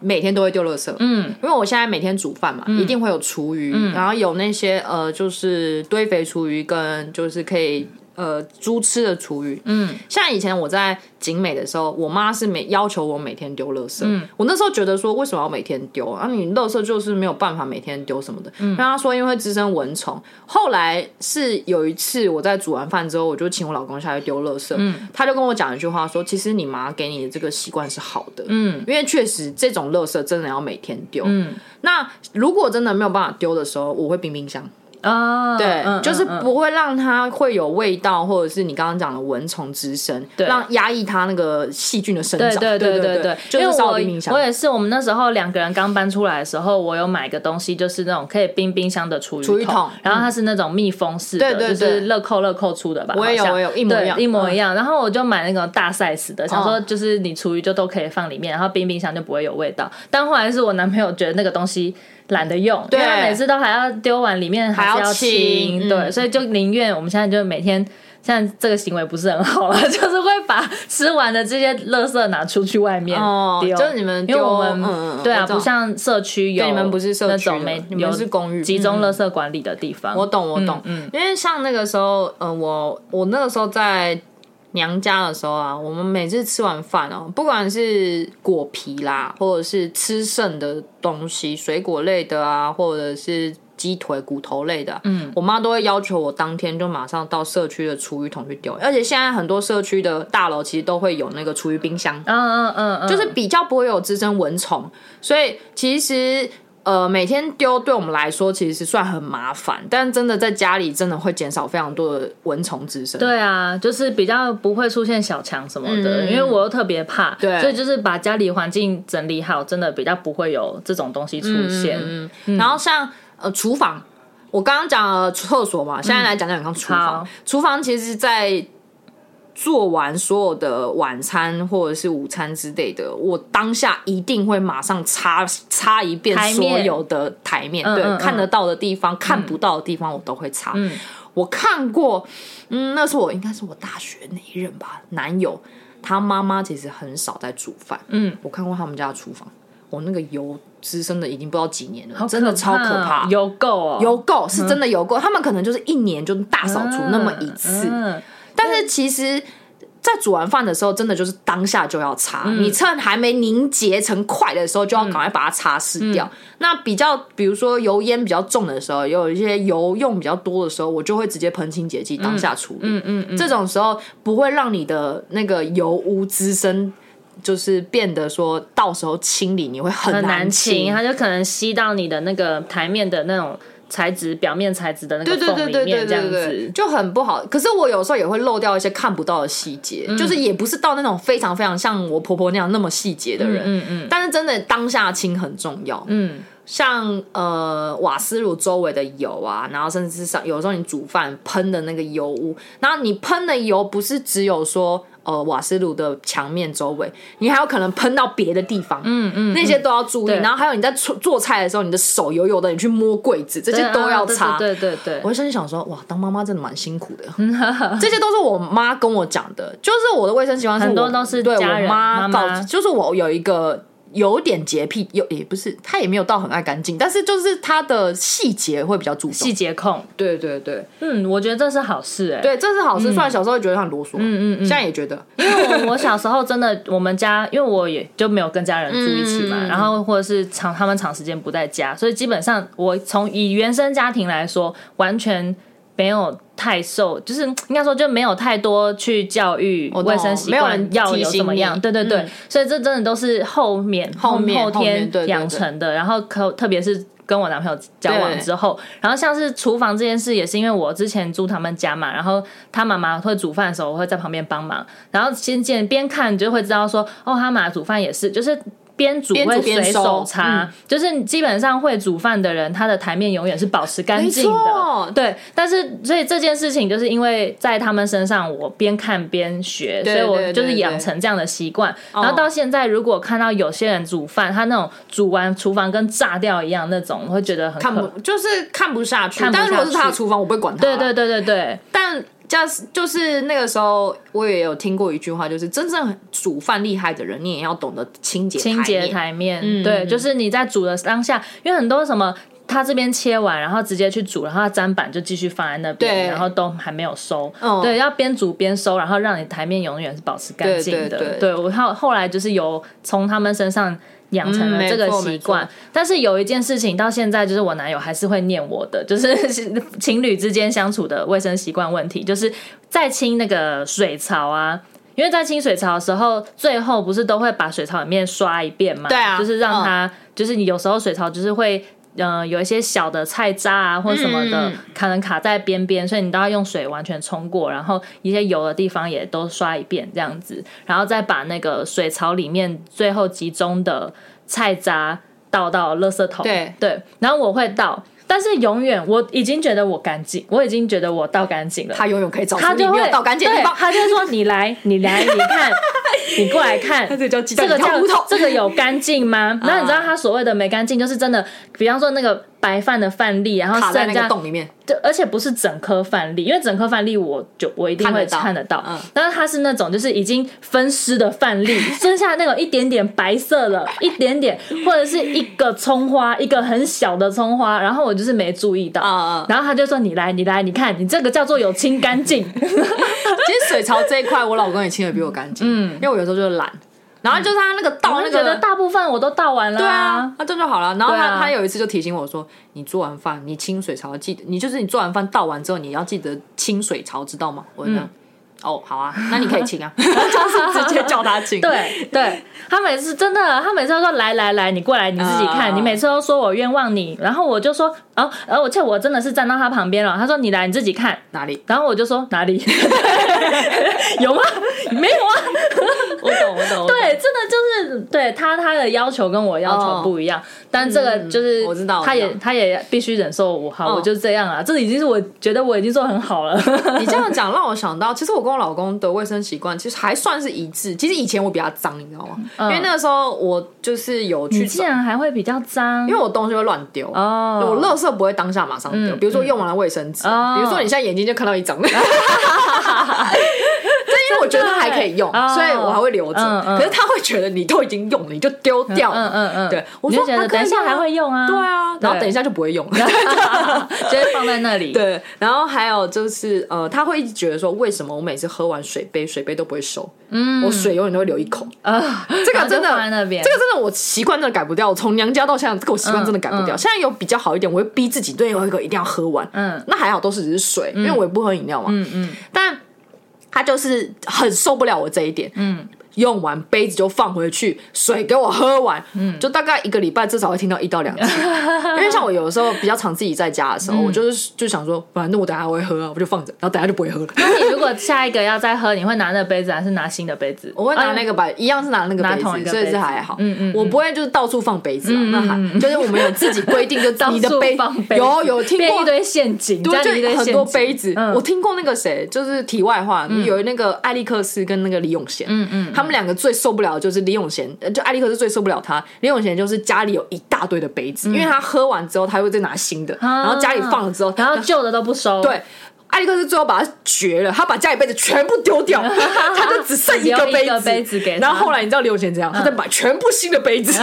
每天都会丢垃圾，嗯，因为我现在每天煮饭嘛，一定会有厨余，然后有那些呃，就是堆肥厨余跟就是可以呃猪吃的厨余，嗯，像以前我在景美的时候，我妈是每要求我每天丢垃圾，我那时候觉得说为什么要每天丢啊？你垃圾就是没有办法每天丢什么的，嗯，她说因为会滋生蚊虫。后来是有一次我在煮完饭之后，我就请我老公下去丢垃圾，嗯，他就跟我讲一句话说，其实你妈给你的这个习惯是好的，嗯，因为确实这种垃圾真的要每天丢，嗯，那如果真的没有办法丢的时候，我会冰冰箱。啊，对，嗯就是嗯嗯不会让它会有味道，或者是你刚刚讲的蚊虫滋生，让压抑它那个细菌的生长。对对对对对，就因是为稍微冰我箱我。也是，我们那时候两个人刚搬出来的时候，我有买个东西，就是那种可以冰冰箱的厨余厨余桶嗯然后它是那种密封式的，对对对就是乐扣乐扣出的吧？我也有好像我也有一模对一样嗯一模一样。然后我就买那种大 size 的，想说就是你厨余就都可以放里面，然后冰冰箱就不会有味道。但后来是我男朋友觉得那个东西。懒得用，因为他对每次都还要丢完，里面还还是要清，清对，嗯所以就宁愿我们现在就每天像这个行为不是很好了， 就是会把吃完的这些垃圾拿出去外面哦丢，就是你们因为丢我们、嗯嗯对啊，我知道不像社区有对，你们不是社那区的种没，你们有是公寓嗯集中垃圾管理的地方，我懂，我懂，嗯因为像那个时候，嗯、我我那个时候在娘家的时候啊，我们每次吃完饭哦、不管是果皮啦，或者是吃剩的东西，水果类的啊，或者是鸡腿、骨头类的、嗯，我妈都会要求我当天就马上到社区的厨余桶去丢，而且现在很多社区的大楼其实都会有那个厨余冰箱，嗯嗯嗯嗯，就是比较不会有滋生蚊虫，所以其实呃每天丢对我们来说其实是算很麻烦，但真的在家里真的会减少非常多的蚊虫滋生。对啊，就是比较不会出现小强什么的，嗯因为我又特别怕，对所以就是把家里环境整理好，真的比较不会有这种东西出现。嗯，然后像呃厨房，我刚刚讲了厕所嘛，现在来讲讲看厨嗯好房。厨房其实，在做完所有的晚餐或者是午餐之类的，我当下一定会马上擦擦一遍台面所有的台面，嗯对，嗯嗯看得到的地方、看不到的地方，我都会擦。嗯我看过，嗯，那是我应该是我大学那一任吧，男友他妈妈其实很少在煮饭，嗯，我看过他们家的厨房，我那个油滋生的已经不知道几年了，好真的超可怕。有够哦，油垢是真的油垢，他们可能就是一年就大扫除那么一次，嗯嗯但是其实，在煮完饭的时候，真的就是当下就要擦，你趁还没凝结成块的时候，就要赶快把它擦拭掉。那比较，比如说油烟比较重的时候，有一些油用比较多的时候，我就会直接喷清洁剂当下处理。嗯嗯这种时候不会让你的那个油污滋生。就是变得说到时候清理你会很很难难清，清，它就可能吸到你的那个台面的那种材质、表面材质的那个对对对缝里对对面，这对样子对，。就很不好。可是我有时候也会漏掉一些看不到的细节，就是也不是到那种非常非常像我婆婆那样那么细节的人，嗯嗯但是真的当下清很重要。嗯像呃瓦斯炉周围的油啊，然后甚至是上有时候你煮饭喷的那个油污，然后你喷的油不是只有说。呃，瓦斯炉的墙面周围，你还有可能喷到别的地方，嗯嗯，那些都要注意。对然后还有你在做做菜的时候，你的手油油的，你去摸柜子，这对些啊都要擦。对对对对我，甚至想说，哇，当妈妈真的蛮辛苦的。 这些都是我妈跟我讲的，就是我的卫生习惯是我很多都是对家人我妈妈告妈就是我有一个有点洁癖，有也不是，她也没有到很爱干净，但是就是她的细节会比较注重细。节控，对对对嗯，我觉得这是好事哎、对，这是好事。虽然小时候觉得她很啰嗦，嗯嗯，现在也觉得，因为我我小时候真的，我们家因为我也就没有跟家人住一起嘛，嗯嗯嗯然后或者是长他们长时间不在家，所以基本上我从以原生家庭来说，完全没有太受，就是嗯应该说就没有太多去教育我懂卫生习没有惯人要提有醒怎么样，你对对对，嗯所以这真的都是后面后面后后面天对对对养成的，然后可特别是。跟我男朋友交往对之后，然后像是厨房这件事，也是因为我之前住他们家嘛，然后他妈妈会煮饭的时候，我会在旁边帮忙，然后先见边看，你就会知道说，哦，他妈煮饭也是，就是边煮边煮会随边手收嗯擦，就是你基本上会煮饭的人，他的台面永远是保持干没净的错。对，但是所以这件事情，就是因为在他们身上，我边看边学，对所以我对就是对养对哦成这样的习惯。然后到现在，如果看到有些人煮饭，他那种煮完厨房跟炸掉一样那种，我会觉得很看可。不就是看不下去。看不但如果是下去她的厨房，我不会管她。对对对对对，但加就是那个时候，我也有听过一句话，就是真正煮饭厉害的人，你也要懂得清洁清洁台面。嗯台面，对，就是你在煮的当下，因为很多什么。他这边切完，然后直接去煮，然后它砧板就继续放在那边，对然后都还没有收。嗯对，要边煮边收，然后让你台面永远是保持干净的。对对对我后后来就是有从他们身上养成嗯了没这个错习没错惯，但是有一件事情到现在就是我男友还是会念我的，就是情侣之间相处的卫生习惯问题，就是在清那个水槽啊。因为在清水槽的时候，最后不是都会把水槽里面刷一遍嘛？对啊就是让它，就是你有时候水槽就是会，呃，有一些小的菜渣啊或者什么嗯的，嗯嗯可能卡在边边，所以你都要用水完全冲过，然后一些油的地方也都刷一遍这样子，然后再把那个水槽里面最后集中的菜渣倒到垃圾桶。对然后我会倒，但是永远我已经觉得我干净，我已经觉得我倒干净了。他永远哦可以找他出你就没会有倒干净的对地方，他就说 你来，你来，你看，你过来看，这个叫鸡这蛋个跳叫骨头这个有干 净吗？那你知道他所谓的没干净，就是真的，比方说那个白饭的饭粒，然后卡在剩那个下，洞里面。对，而且不是整颗饭粒，因为整颗饭粒我就我一定会看得到看得到嗯，但是它是那种就是已经分尸的饭 粒，剩下那种一点点白色的，一点点或者是一个葱花，一个很小的葱花，然后我就是没注意到，嗯嗯然后他就说你来，你来，你看，你这个叫做有清干净。其实水槽这一块，我老公也清的比我干净，嗯，因为我有时候就是懒，然后就是他那个倒我那就觉得个。大部分我都倒完了、对啊，，那这就好了。然后他、对啊他有一次就提醒我说：“你做完饭，你清水槽记得，你就是你做完饭倒完之后，你要记得清水槽，知道吗？”我就这样，嗯哦，好啊，那你可以清 啊，就是直接叫他清。对 对，他每次真的，他每次都说来来来，你过来你自己看，啊你每次都说我冤枉你，然后我就说哦，而而且我真的是站到他旁边了，他说你来你自己看，哪里？然后我就说哪里 有吗？没有 啊，我懂，我懂。对，啊真的就是对他他的要求跟我要求哦嗯不一样，但这个就是、我知道我他知道也他也必须忍受我，好，哦我就这样啊，这已经是我觉得我已经做得很好 了， 你这样讲让我想到，其实我跟我老公的卫生习惯其实还算是一致。其实以前我比较脏，你知道吗？因为那个时候我就是有去嗯你竟然还会比较脏，因为我东西会乱丢哦我垃圾不会当下马上丢，比如说用完了卫生纸，嗯哦比如说你现在眼睛就看到一张， 但因为我觉得它还可以用，哦所以我还会留着嗯。嗯可是他会觉得你都已经用了，你就丢掉了。嗯嗯嗯，对，我你说就觉得它可以等一下用还会用啊，对啊，然后对等一下就不会用了。 就会放在那里。对，然后还有就是呃，他会一直觉得说，为什么我每次喝完水杯，水杯都不会收？嗯，我水永远都会留一口。啊，这个真然后就的放在那边 这个真的我习惯真的改不掉。我从娘家到现在，这个我习惯真的改不掉。现在有比较好一点，我会逼自己对有一个一定要喝完。嗯，那还好，都是只是水，因为我也不喝饮料嘛。嗯嗯，但他就是很受不了我这一点。嗯。用完杯子就放回去，水给我喝完，嗯，就大概一个礼拜至少会听到一到两 次，因为像我有的时候比较常自己在家的时候，嗯我就是就想说，反正我等下还会喝啊，我就放着，然后等下就不会喝了。那你如果下一个要再喝，你会拿那杯子还是拿新的杯子？我会拿那个，个吧，一样是拿那个哎拿杯同一子，个所以杯子是还好。嗯嗯我不会就是到处放杯子啊，那还就是我们有自己规定， 就你的杯到处放杯子有有听变过一。堆陷阱，家对，就里一堆很陷多阱杯子。嗯我听过那个谁，就是题外话，有那个艾利克斯跟那个李永贤，嗯嗯，他们两个最受不了的就是李永贤，呃就艾利克斯最受不了他，李永贤就是家里有一大堆的杯子，嗯因为他喝完之后他会再拿新的，啊然后家里放了之后，然后旧的都不收，，对，艾利克斯最后把它绝了，他把家里杯子全部丢 掉，他就只剩一个留杯一个子。杯子给他嗯然后后来你知道刘贤怎样？他再买全部新的杯 子。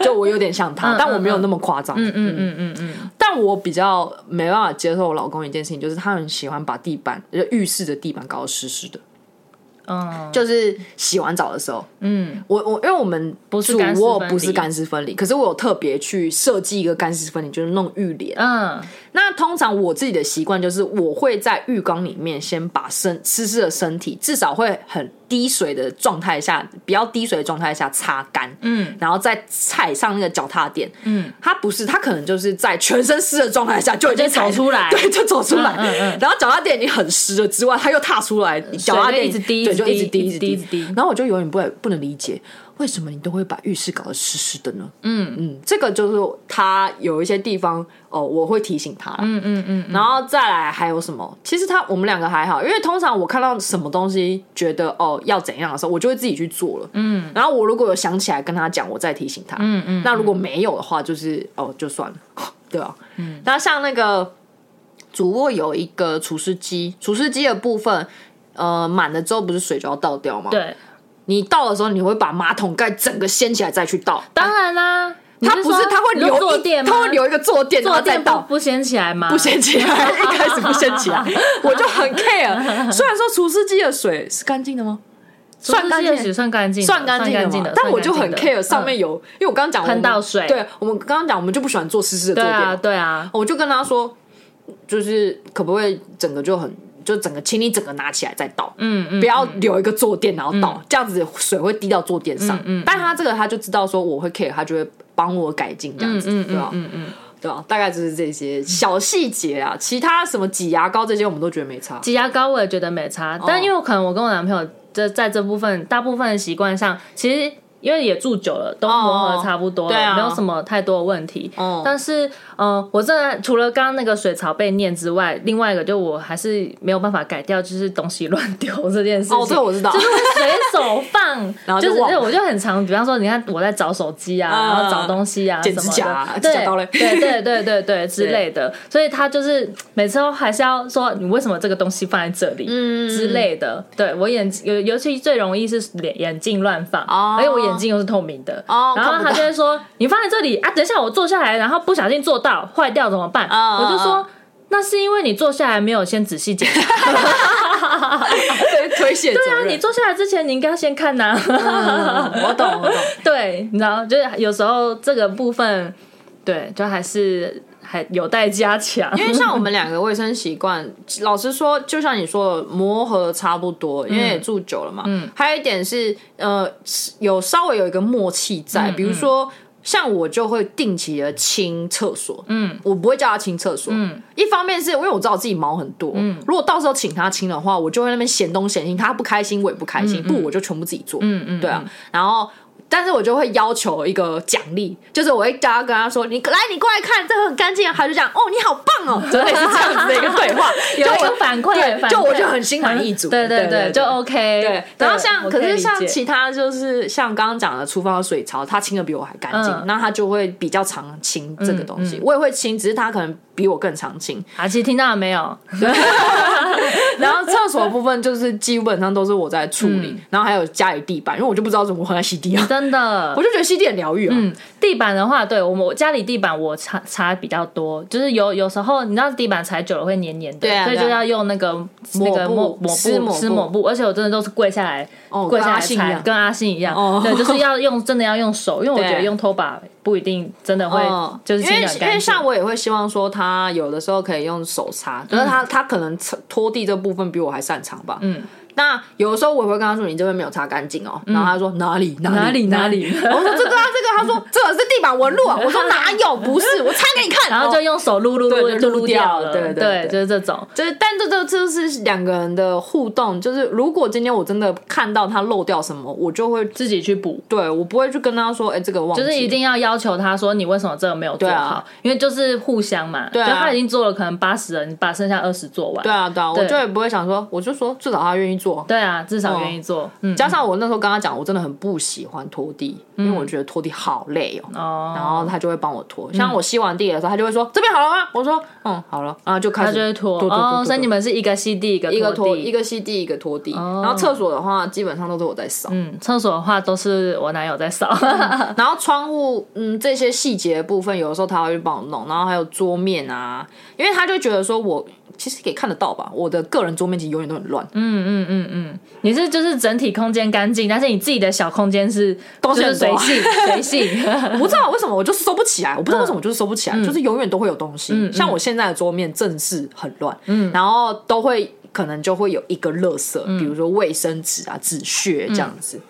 就我有点像嗯他，但我没有那么夸张。嗯嗯嗯嗯。但我比较没办法接受我老公一件事情，就是他很喜欢把地板，就浴室的地板搞得湿湿的。嗯，就是洗完澡的时候，嗯，我我因为我们不是主干湿卧分不是离干湿分离，可是我有特别去设计一个干湿分离，就是弄浴帘。嗯，那通常我自己的习惯就是，我会在浴缸里面先把身湿湿的身体，至少会很滴水的状态下，比较滴水的状态下擦干，嗯，然后再踩上那个脚踏垫，嗯，他不是，他可能就是在全身湿的状态下就已经就走踩出 来对，就走出来，嗯嗯嗯然后脚踏垫已经很湿了之外，他又踏出来，脚踏就垫一直滴对，就一一直直滴滴，一直滴，一直滴然后我就永远不会不能理解，为什么你都会把浴室搞得湿湿的呢？嗯嗯，这个就是他有一些地方哦，我会提醒他。嗯嗯嗯。然后再来还有什么？其实他我们两个还好，因为通常我看到什么东西觉得哦要怎样的时候，我就会自己去做了。嗯。然后我如果有想起来跟他讲，我再提醒他。嗯嗯。 那如果没有的话，就是哦就算了，对啊。嗯。那像那个。主卧有一个除湿机，除湿机的部分，呃，满了之后不是水就要倒掉吗？对，你倒的时候，你会把马桶盖整个掀起来再去倒，当然啦，它你不是说它会你说留坐一垫吗？它会留一个坐垫，然后坐再垫不倒。不掀起来吗？不掀起 来，一开始不掀起来，我就很 care。虽然说除湿机的水是干净的吗？除湿算干机净的水算干净的，算干净干的净嘛的，，但算我就干很净的 care 上面有，因为我刚刚讲我们喷到水对我们刚刚讲我们就不喜欢坐湿湿的对坐垫啊嘛，对啊，我就跟他说，就是可不可以整个就很就整个，请你整个拿起来再倒，嗯嗯，不要留一个坐垫然后倒，这样子水会滴到坐垫上。嗯嗯嗯但他这个他就知道说我会 care，他就会帮我改进这样嗯子，嗯对吧、啊嗯嗯嗯，对吧、大概就是这些小细节啊，其他什么挤牙膏这些我们都觉得没差。哦挤牙膏我也觉得没差，但因为可能我跟我男朋友这在这部分大部分的习惯上，其实因为也住久了，都磨合差不多对了，啊没有什么太多的问题。哦但是，呃，我真的除了刚刚那个水槽被念之外，另外一个就我还是没有办法改掉，就是东西乱丢这件事情。哦，这个我知道，就是会随手放， 然后就就是忘了我就很常，比方说，你看我在找手机啊，嗯然后找东西啊，剪什指么甲啊的，指对甲刀嘞对对 对对对之类的，所以他就是每次都还是要说你为什么这个东西放在这嗯里之类的。对我眼尤尤其最容易是眼眼镜乱放，哦而且我眼镜又是透明的，哦然看后不他到就会说你放在这里啊，等一下我坐下来，然后不小心坐到坏掉怎么办？嗯我就嗯说。那是因为你坐下来没有先仔 细检查，对推卸责对啊，任。你坐下来之前你应该先看呐、嗯我懂，我懂。 对，你知道，就是有时候这个部分，对，就还是还有待加强。因为像我们两个卫生习惯，老实说，就像你说的，磨合差不多，因为也住久了嘛。嗯，还有一点是，呃，有稍微有一个默契在，比如说。像我就会定期的清厕所，嗯，我不会叫他清厕所，嗯，一方面是因为我知道我自己毛很多，嗯，如果到时候请他清的话，我就会在那边嫌东嫌西，他不开心我也不开心，不我就全部自己做，嗯嗯，对啊，然后但是我就会要求一个奖励，就是我会叫他跟他说：“你来，你过来看，这个很干净。”他就讲：“哦，你好棒 哦！”就类似这样子的一个对话， 有就一我个反馈，对反馈就我就很心满意足 对嗯对对对对，就 OK。对。然后像我可以是理像解其他就是像刚刚讲的厨房的水槽，他清的比我还干净嗯，那他就会比较常清这个东西。我也会清，只是他可能比我更常清。 阿奇啊听到了没有？然后厕所的部分就是基本上都是我在处理，然后还有家里地板，因为我嗯就不知道怎么回来吸地啊，真的我。就觉得吸地很疗愈啊。嗯，地板的话，对我们我家里地板我擦擦比较多，就是有有时候你知道地板踩久了会黏黏的，对啊所以对啊就要用那个那个抹抹布湿抹布布湿抹布，而且我真的都是跪下来哦，跪跟下阿来信一踩样，跟阿信一样哦，对，就是要用真的要用手，因为我对觉得用拖把不一定真的会嗯，就是因为清得因为干净。像我也会希望说，他有的时候可以用手擦，可是他、他可能擦拖地这部分比我还擅长吧。嗯，那有的时候我也会跟他说：“你这边没有擦干净哦。然后他说：“哪里哪哪里里哪里我说：“这个啊这个。”他 说：“这个是地板纹路啊。”我说：“哪有？不是，我擦给你看。”哦然后就用手撸撸对撸就就撸撸掉了，对对对对，就是这种。就是，但这这这就是两个人的互动。就是如果今天我真的看到他漏掉什么，我就会自己去补，对我不会去跟他说：“哎，这个忘记。”就是一定要要求他说你为什么这个没有做对好，啊因为就是互相嘛。对啊就他已经做了可能八十了，你把剩下二十做完。对啊对啊，我对就也不会想说，我就说至少他愿意做。对啊，至少愿意做。嗯，加上我那时候跟他讲，我真的很不喜欢拖地，因为我觉得拖地好累嗯哦。然哦，后他就会帮我拖，像我吸完地的时候，他就会说这边好了吗？我说嗯好了，然后就开他始就会拖。拖拖拖哦，拖所以你们是一个吸地，一个一个拖拖地一个吸地，哦一个拖地。然后厕所的话，基本上都是我在扫。嗯，厕所的话都是我男友在扫。然后窗户，嗯，这些细节的部分，有的时候他会去帮我弄。然后还有桌面啊，因为他就觉得说我其实也看得到吧，我的个人桌面其实永远都很乱， 你是就是整体空间干净，但是你自己的小空间是东西就是很多随 性随性。我不知道为什么，我就是收不起来。我不知道为什么，我就是收不起来，就是永远都会有东西。嗯像我现在的桌面正是很乱，然后都会可能就会有一个垃圾，嗯比如说卫生纸啊、纸屑这样子。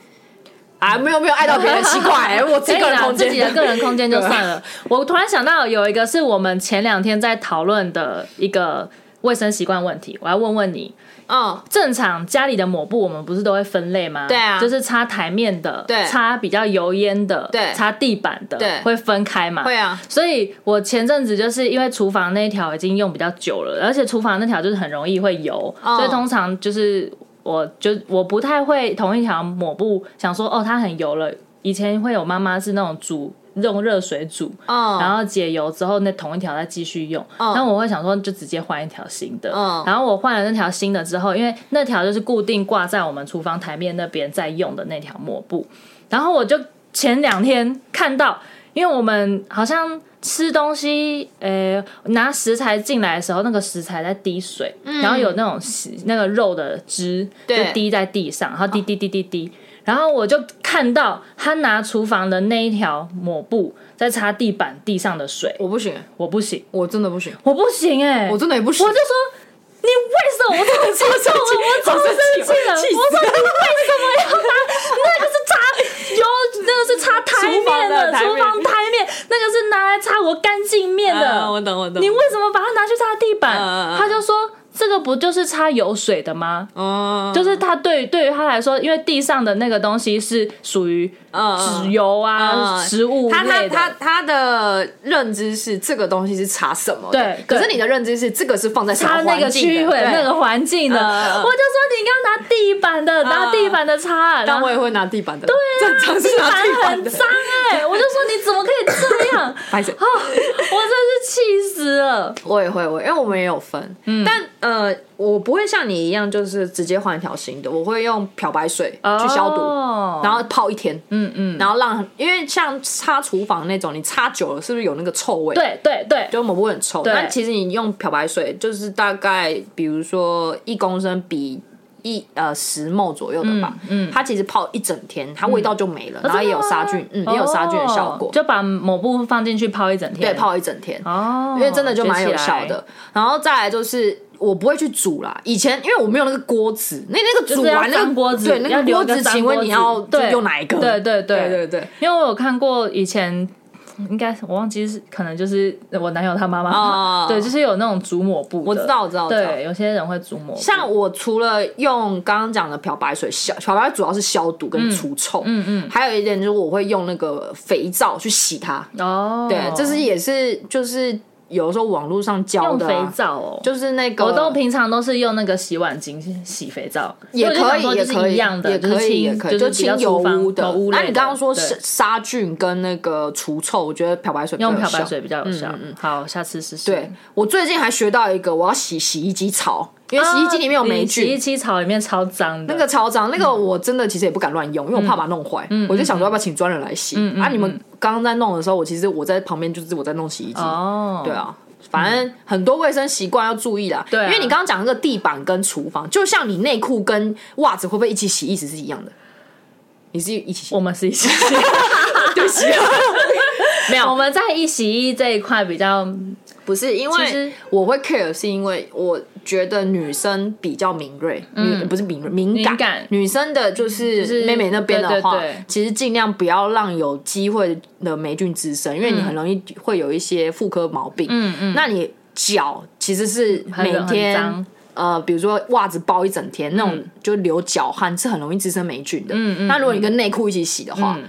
啊，没有没有爱到别人， 奇怪、哎我自己个人空间，自己的个人空间就算了。我突然想到有一个是我们前两天在讨论的一个卫生习惯问题，我要问问你，嗯，正常家里的抹布我们不是都会分类吗？对啊就是擦台面的，对擦比较油烟的，对擦地板的，对会分开嘛？会啊，所以我前阵子就是因为厨房那一条已经用比较久了，而且厨房那条就是很容易会油，哦所以通常就是我就我不太会同一条抹布，想说哦它很油了。以前会有妈妈是那种煮用热水煮，嗯然后解油之后那同一条再继续用。那、我会想说就直接换一条新的，嗯然后我换了那条新的之后，因为那条就是固定挂在我们厨房台面那边在用的那条抹布，然后我就前两天看到，因为我们好像吃东西，呃，拿食材进来的时候，那个食材在滴水，然后有那种洗那个肉的汁就嗯对哦滴在地上，然后滴滴滴滴滴。然后我就看到他拿厨房的那一条抹布在擦地板地上的水，我不行，我不行，我真的不行，欸我不行哎、我真的也不行我。就说你为什么我这么激动了？我超生气了！气死我说你为什么要拿那个是擦油，那个是擦台面厨房的台面厨房台面，那个是拿来擦我干净面的。啊我懂我懂你为什么把它拿去擦地板？嗯嗯嗯他就说这个不就是擦油水的吗？哦，就是他对对于他来说，因为地上的那个东西是属于嗯嗯油啊、嗯食物他他类的。他他的认知是这个东西是查什么的对可是对你的认知是这个是放在啥擦那个环境区的域对那个环境的，嗯嗯嗯我就说你刚拿地板的，拿地板的擦，然但后我也会拿地板的，对、正常是拿啊地地板板很的。脏哎、我就说你怎么可以 这样？白色啊，我真是气死了。我也会，我因为我们也有分，嗯但呃，我不会像你一样，就是直接换一条新的，我会用漂白水去消毒，哦然后泡一天，嗯嗯，然后让，因为像擦厨房那种，你擦久了是不是有那个臭味？，对对对，就抹布很臭。对但其实你用漂白水，就是大概比如说一公升比一呃十沫左右的吧，嗯嗯它其实泡一整天，它味道就没了，然后也有杀菌，嗯，哦也有杀菌的效果，就把某部分放进去泡一整天。对，泡一整天。哦，因为真的就蛮有效学起来。的。然后再来就是。我不会去煮啦，以前因为我没有那个锅子，那那个煮就是要完那脏个锅子对要那留锅一个子，脏请锅问你子要对用哪一个？对对对对对对，因为我有看过以前。应该是我忘记是可能就是我男友他妈妈哦对，就是有那种煮抹布的，我我知道我知道我知道对，有些人会煮抹布，像我除了用刚刚讲的漂白水消，漂白水主要是消毒跟除臭，嗯嗯，还有一点就是我会用那个肥皂去洗它，哦，对，这是也是就是有时候网络上教用的、肥啊，皂哦，就是那个我都平常都是用那个洗碗巾洗肥皂，也因为我可就想以，说也就是可以，一样的，也可是以，清也可以，就就是比较清油厨房哦污油污类那的。你刚刚说对杀杀菌跟那个除臭，我觉得漂白水用更有漂白效水。比较有效，好，下次试嗯试。对我最近还学到一个，我要洗洗衣机槽，因为洗衣机里面有霉啊洗衣菌。机槽里面超脏的，那个超脏，那嗯个我真的其实也不敢乱用，因为我怕把它弄坏。我就想说要不要请专人来洗嗯啊？你们刚刚在弄的时候，我其实我在旁边就是我在弄洗衣机，哦，对啊，反正很多卫生习惯要注意啦。对啊因为你刚刚讲那个地板跟厨房，就像你内裤跟袜子会不会一起洗，意思是一样的。你是一起洗我们是一起洗， 对不起，没有，我们在一洗衣这一块比较不是因其实为我会 care，是因为我觉得女生比较敏锐，嗯、不是敏锐敏感敏感女生的就是是妹妹那边的话，对对对其实尽量不要让有机会的霉菌滋生，因为你嗯很容易会有一些妇科毛病。嗯嗯，那你脚其实是很每很天脏。呃，比如说袜子包一整天，那嗯种就流脚汗是很容易滋生霉菌的。嗯嗯。那如果你跟内裤一起洗的话，嗯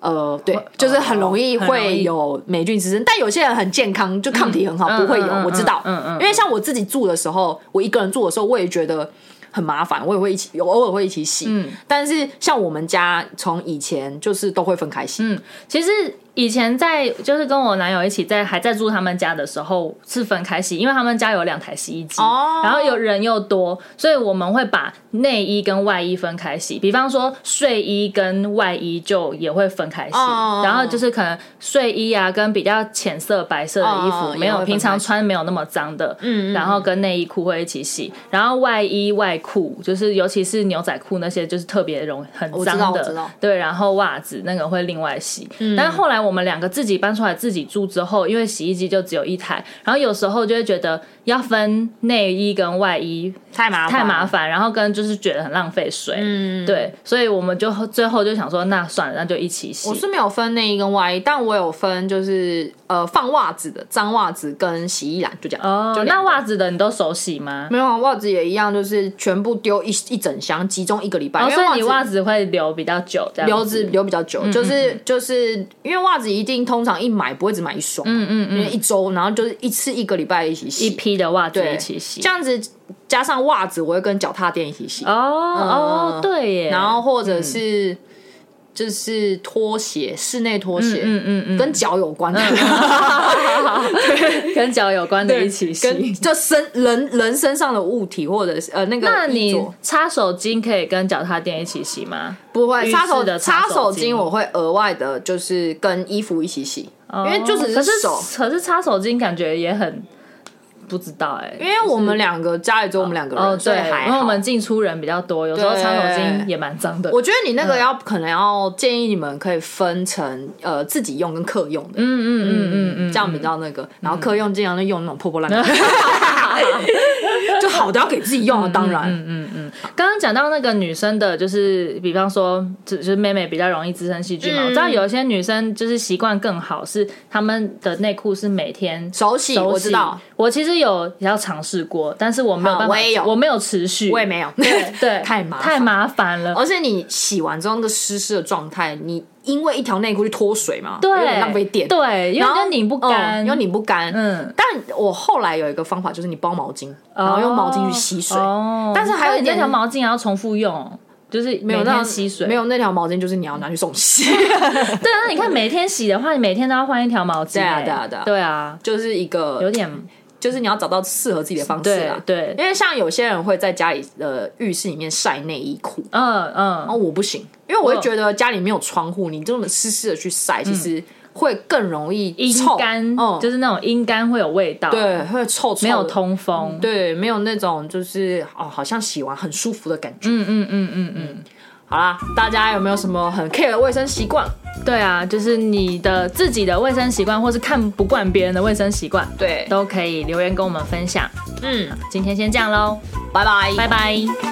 呃呃，对，就是很容易很容易会有霉菌滋生，但有些人很健康，就抗体很好，嗯不会有嗯嗯，我知道。嗯嗯嗯因为像我自己住的时候，我一个人住的时候，我也觉得很麻烦，我也会一起，有偶尔会一起洗。嗯但是像我们家从以前就是都会分开洗，嗯，其实以前在就是跟我男友一起在还在住他们家的时候是分开洗，因为他们家有两台洗衣机，哦然后有人又多，所以我们会把内衣跟外衣分开洗。比方说睡衣跟外衣就也会分开洗，哦然后就是可能睡衣啊跟比较浅色白色的衣服、哦哦没也会有分平常开洗穿没有那么脏的，嗯然后跟内衣裤会一起洗，然后外衣外裤就是尤其是牛仔裤那些就是特别容很我知道脏我知道的，对，然后袜子那个会另外洗。但是后来我们两个自己搬出来自己住之后，因为洗衣机就只有一台，然后有时候就会觉得要分内衣跟外衣太麻太麻烦。烦，然后跟就是觉得很浪费水，嗯，对，所以我们就最后就想说，那算了，那就一起洗我。是没有分内衣跟外衣，但我有分就是呃放袜子的脏袜子跟洗衣篮，就这样。哦就，两那个袜子的你都手洗吗？没有啊袜子也一样，就是全部丢一一整箱，集中一个礼拜。哦，因所为以你袜袜子嗯会留比较久，这样留子留比较久，就是嗯就是因为袜子一定通常一买不会只买一双，嗯嗯嗯，因为一周，然后就是一次一个礼拜一起洗，一批的袜子对一起洗哦这。样子加上袜子，我会跟脚踏垫一起洗，哦哦，对耶，然后或者是就是拖鞋，室内拖鞋，嗯嗯嗯，跟脚有关的， 跟脚有 关的一起跟洗。就身人人身上的物体或者是呃那个那衣你着擦手巾可以跟脚踏垫一起洗吗？不会浴擦手室的擦擦手手巾，巾我会额外的，就是跟衣服一起洗，因为就只哦可是手。可是擦手巾感觉也很不知道哎、因为我们两个家里只有我们两个人，哦所以对，还因为好。我们进出人比较多，有时候对擦手巾也蛮脏的。我觉得你那嗯个要、可能要建议你们可以分成呃自己用跟客用的，嗯嗯嗯嗯嗯，这样比较那个。然后客用尽量就用那种破破烂 烂，就好的要给自己嗯用啊，当然。刚刚讲到那个女生的，就是比方说，就就是妹妹比较容易滋生细菌嘛。嗯我知道有一些女生就是习惯更好，是她们的内裤是每天手洗手洗。我知道，我其实有要尝试过，但是我没有办好法，我也有没有持续，我也没有。对 对，太麻烦哦太麻烦了。而且你洗完之后那个湿湿的状态，你因为一条内裤去脱水嘛，有对，点浪费电，对，因为然后就拧不干，嗯因为拧不干。嗯，但我后来有一个方法，就是你包毛巾，然后用毛巾去吸水，哦，但是还有一你那点条毛巾也要重复用，就是没有每那天样吸水，没有那条毛巾就是你要拿去送 洗，对啊，那你看每天洗的话，你每天都要换一条毛巾、对啊欸对啊对啊对啊，就是一有个点就是你要找到适合自己的方式对啦。对，因为像有些人会在家里呃浴室里面晒内衣裤，嗯然嗯，后我不行，因为我会觉得家里没有窗户，你这么湿湿的去晒，其实会更容易嗯阴臭，干嗯，就是那种阴干会有味道，，对，嗯会臭臭，没有，通风，对，没有那种就是哦，好像洗完很舒服的感觉。嗯嗯嗯嗯嗯，好啦，大家有没有什么很 care 的卫生习惯？对啊，就是你的自己的卫生习惯，或是看不惯别人的卫生习惯，对，都可以留言跟我们分享。嗯，今天先这样喽，拜拜，拜拜。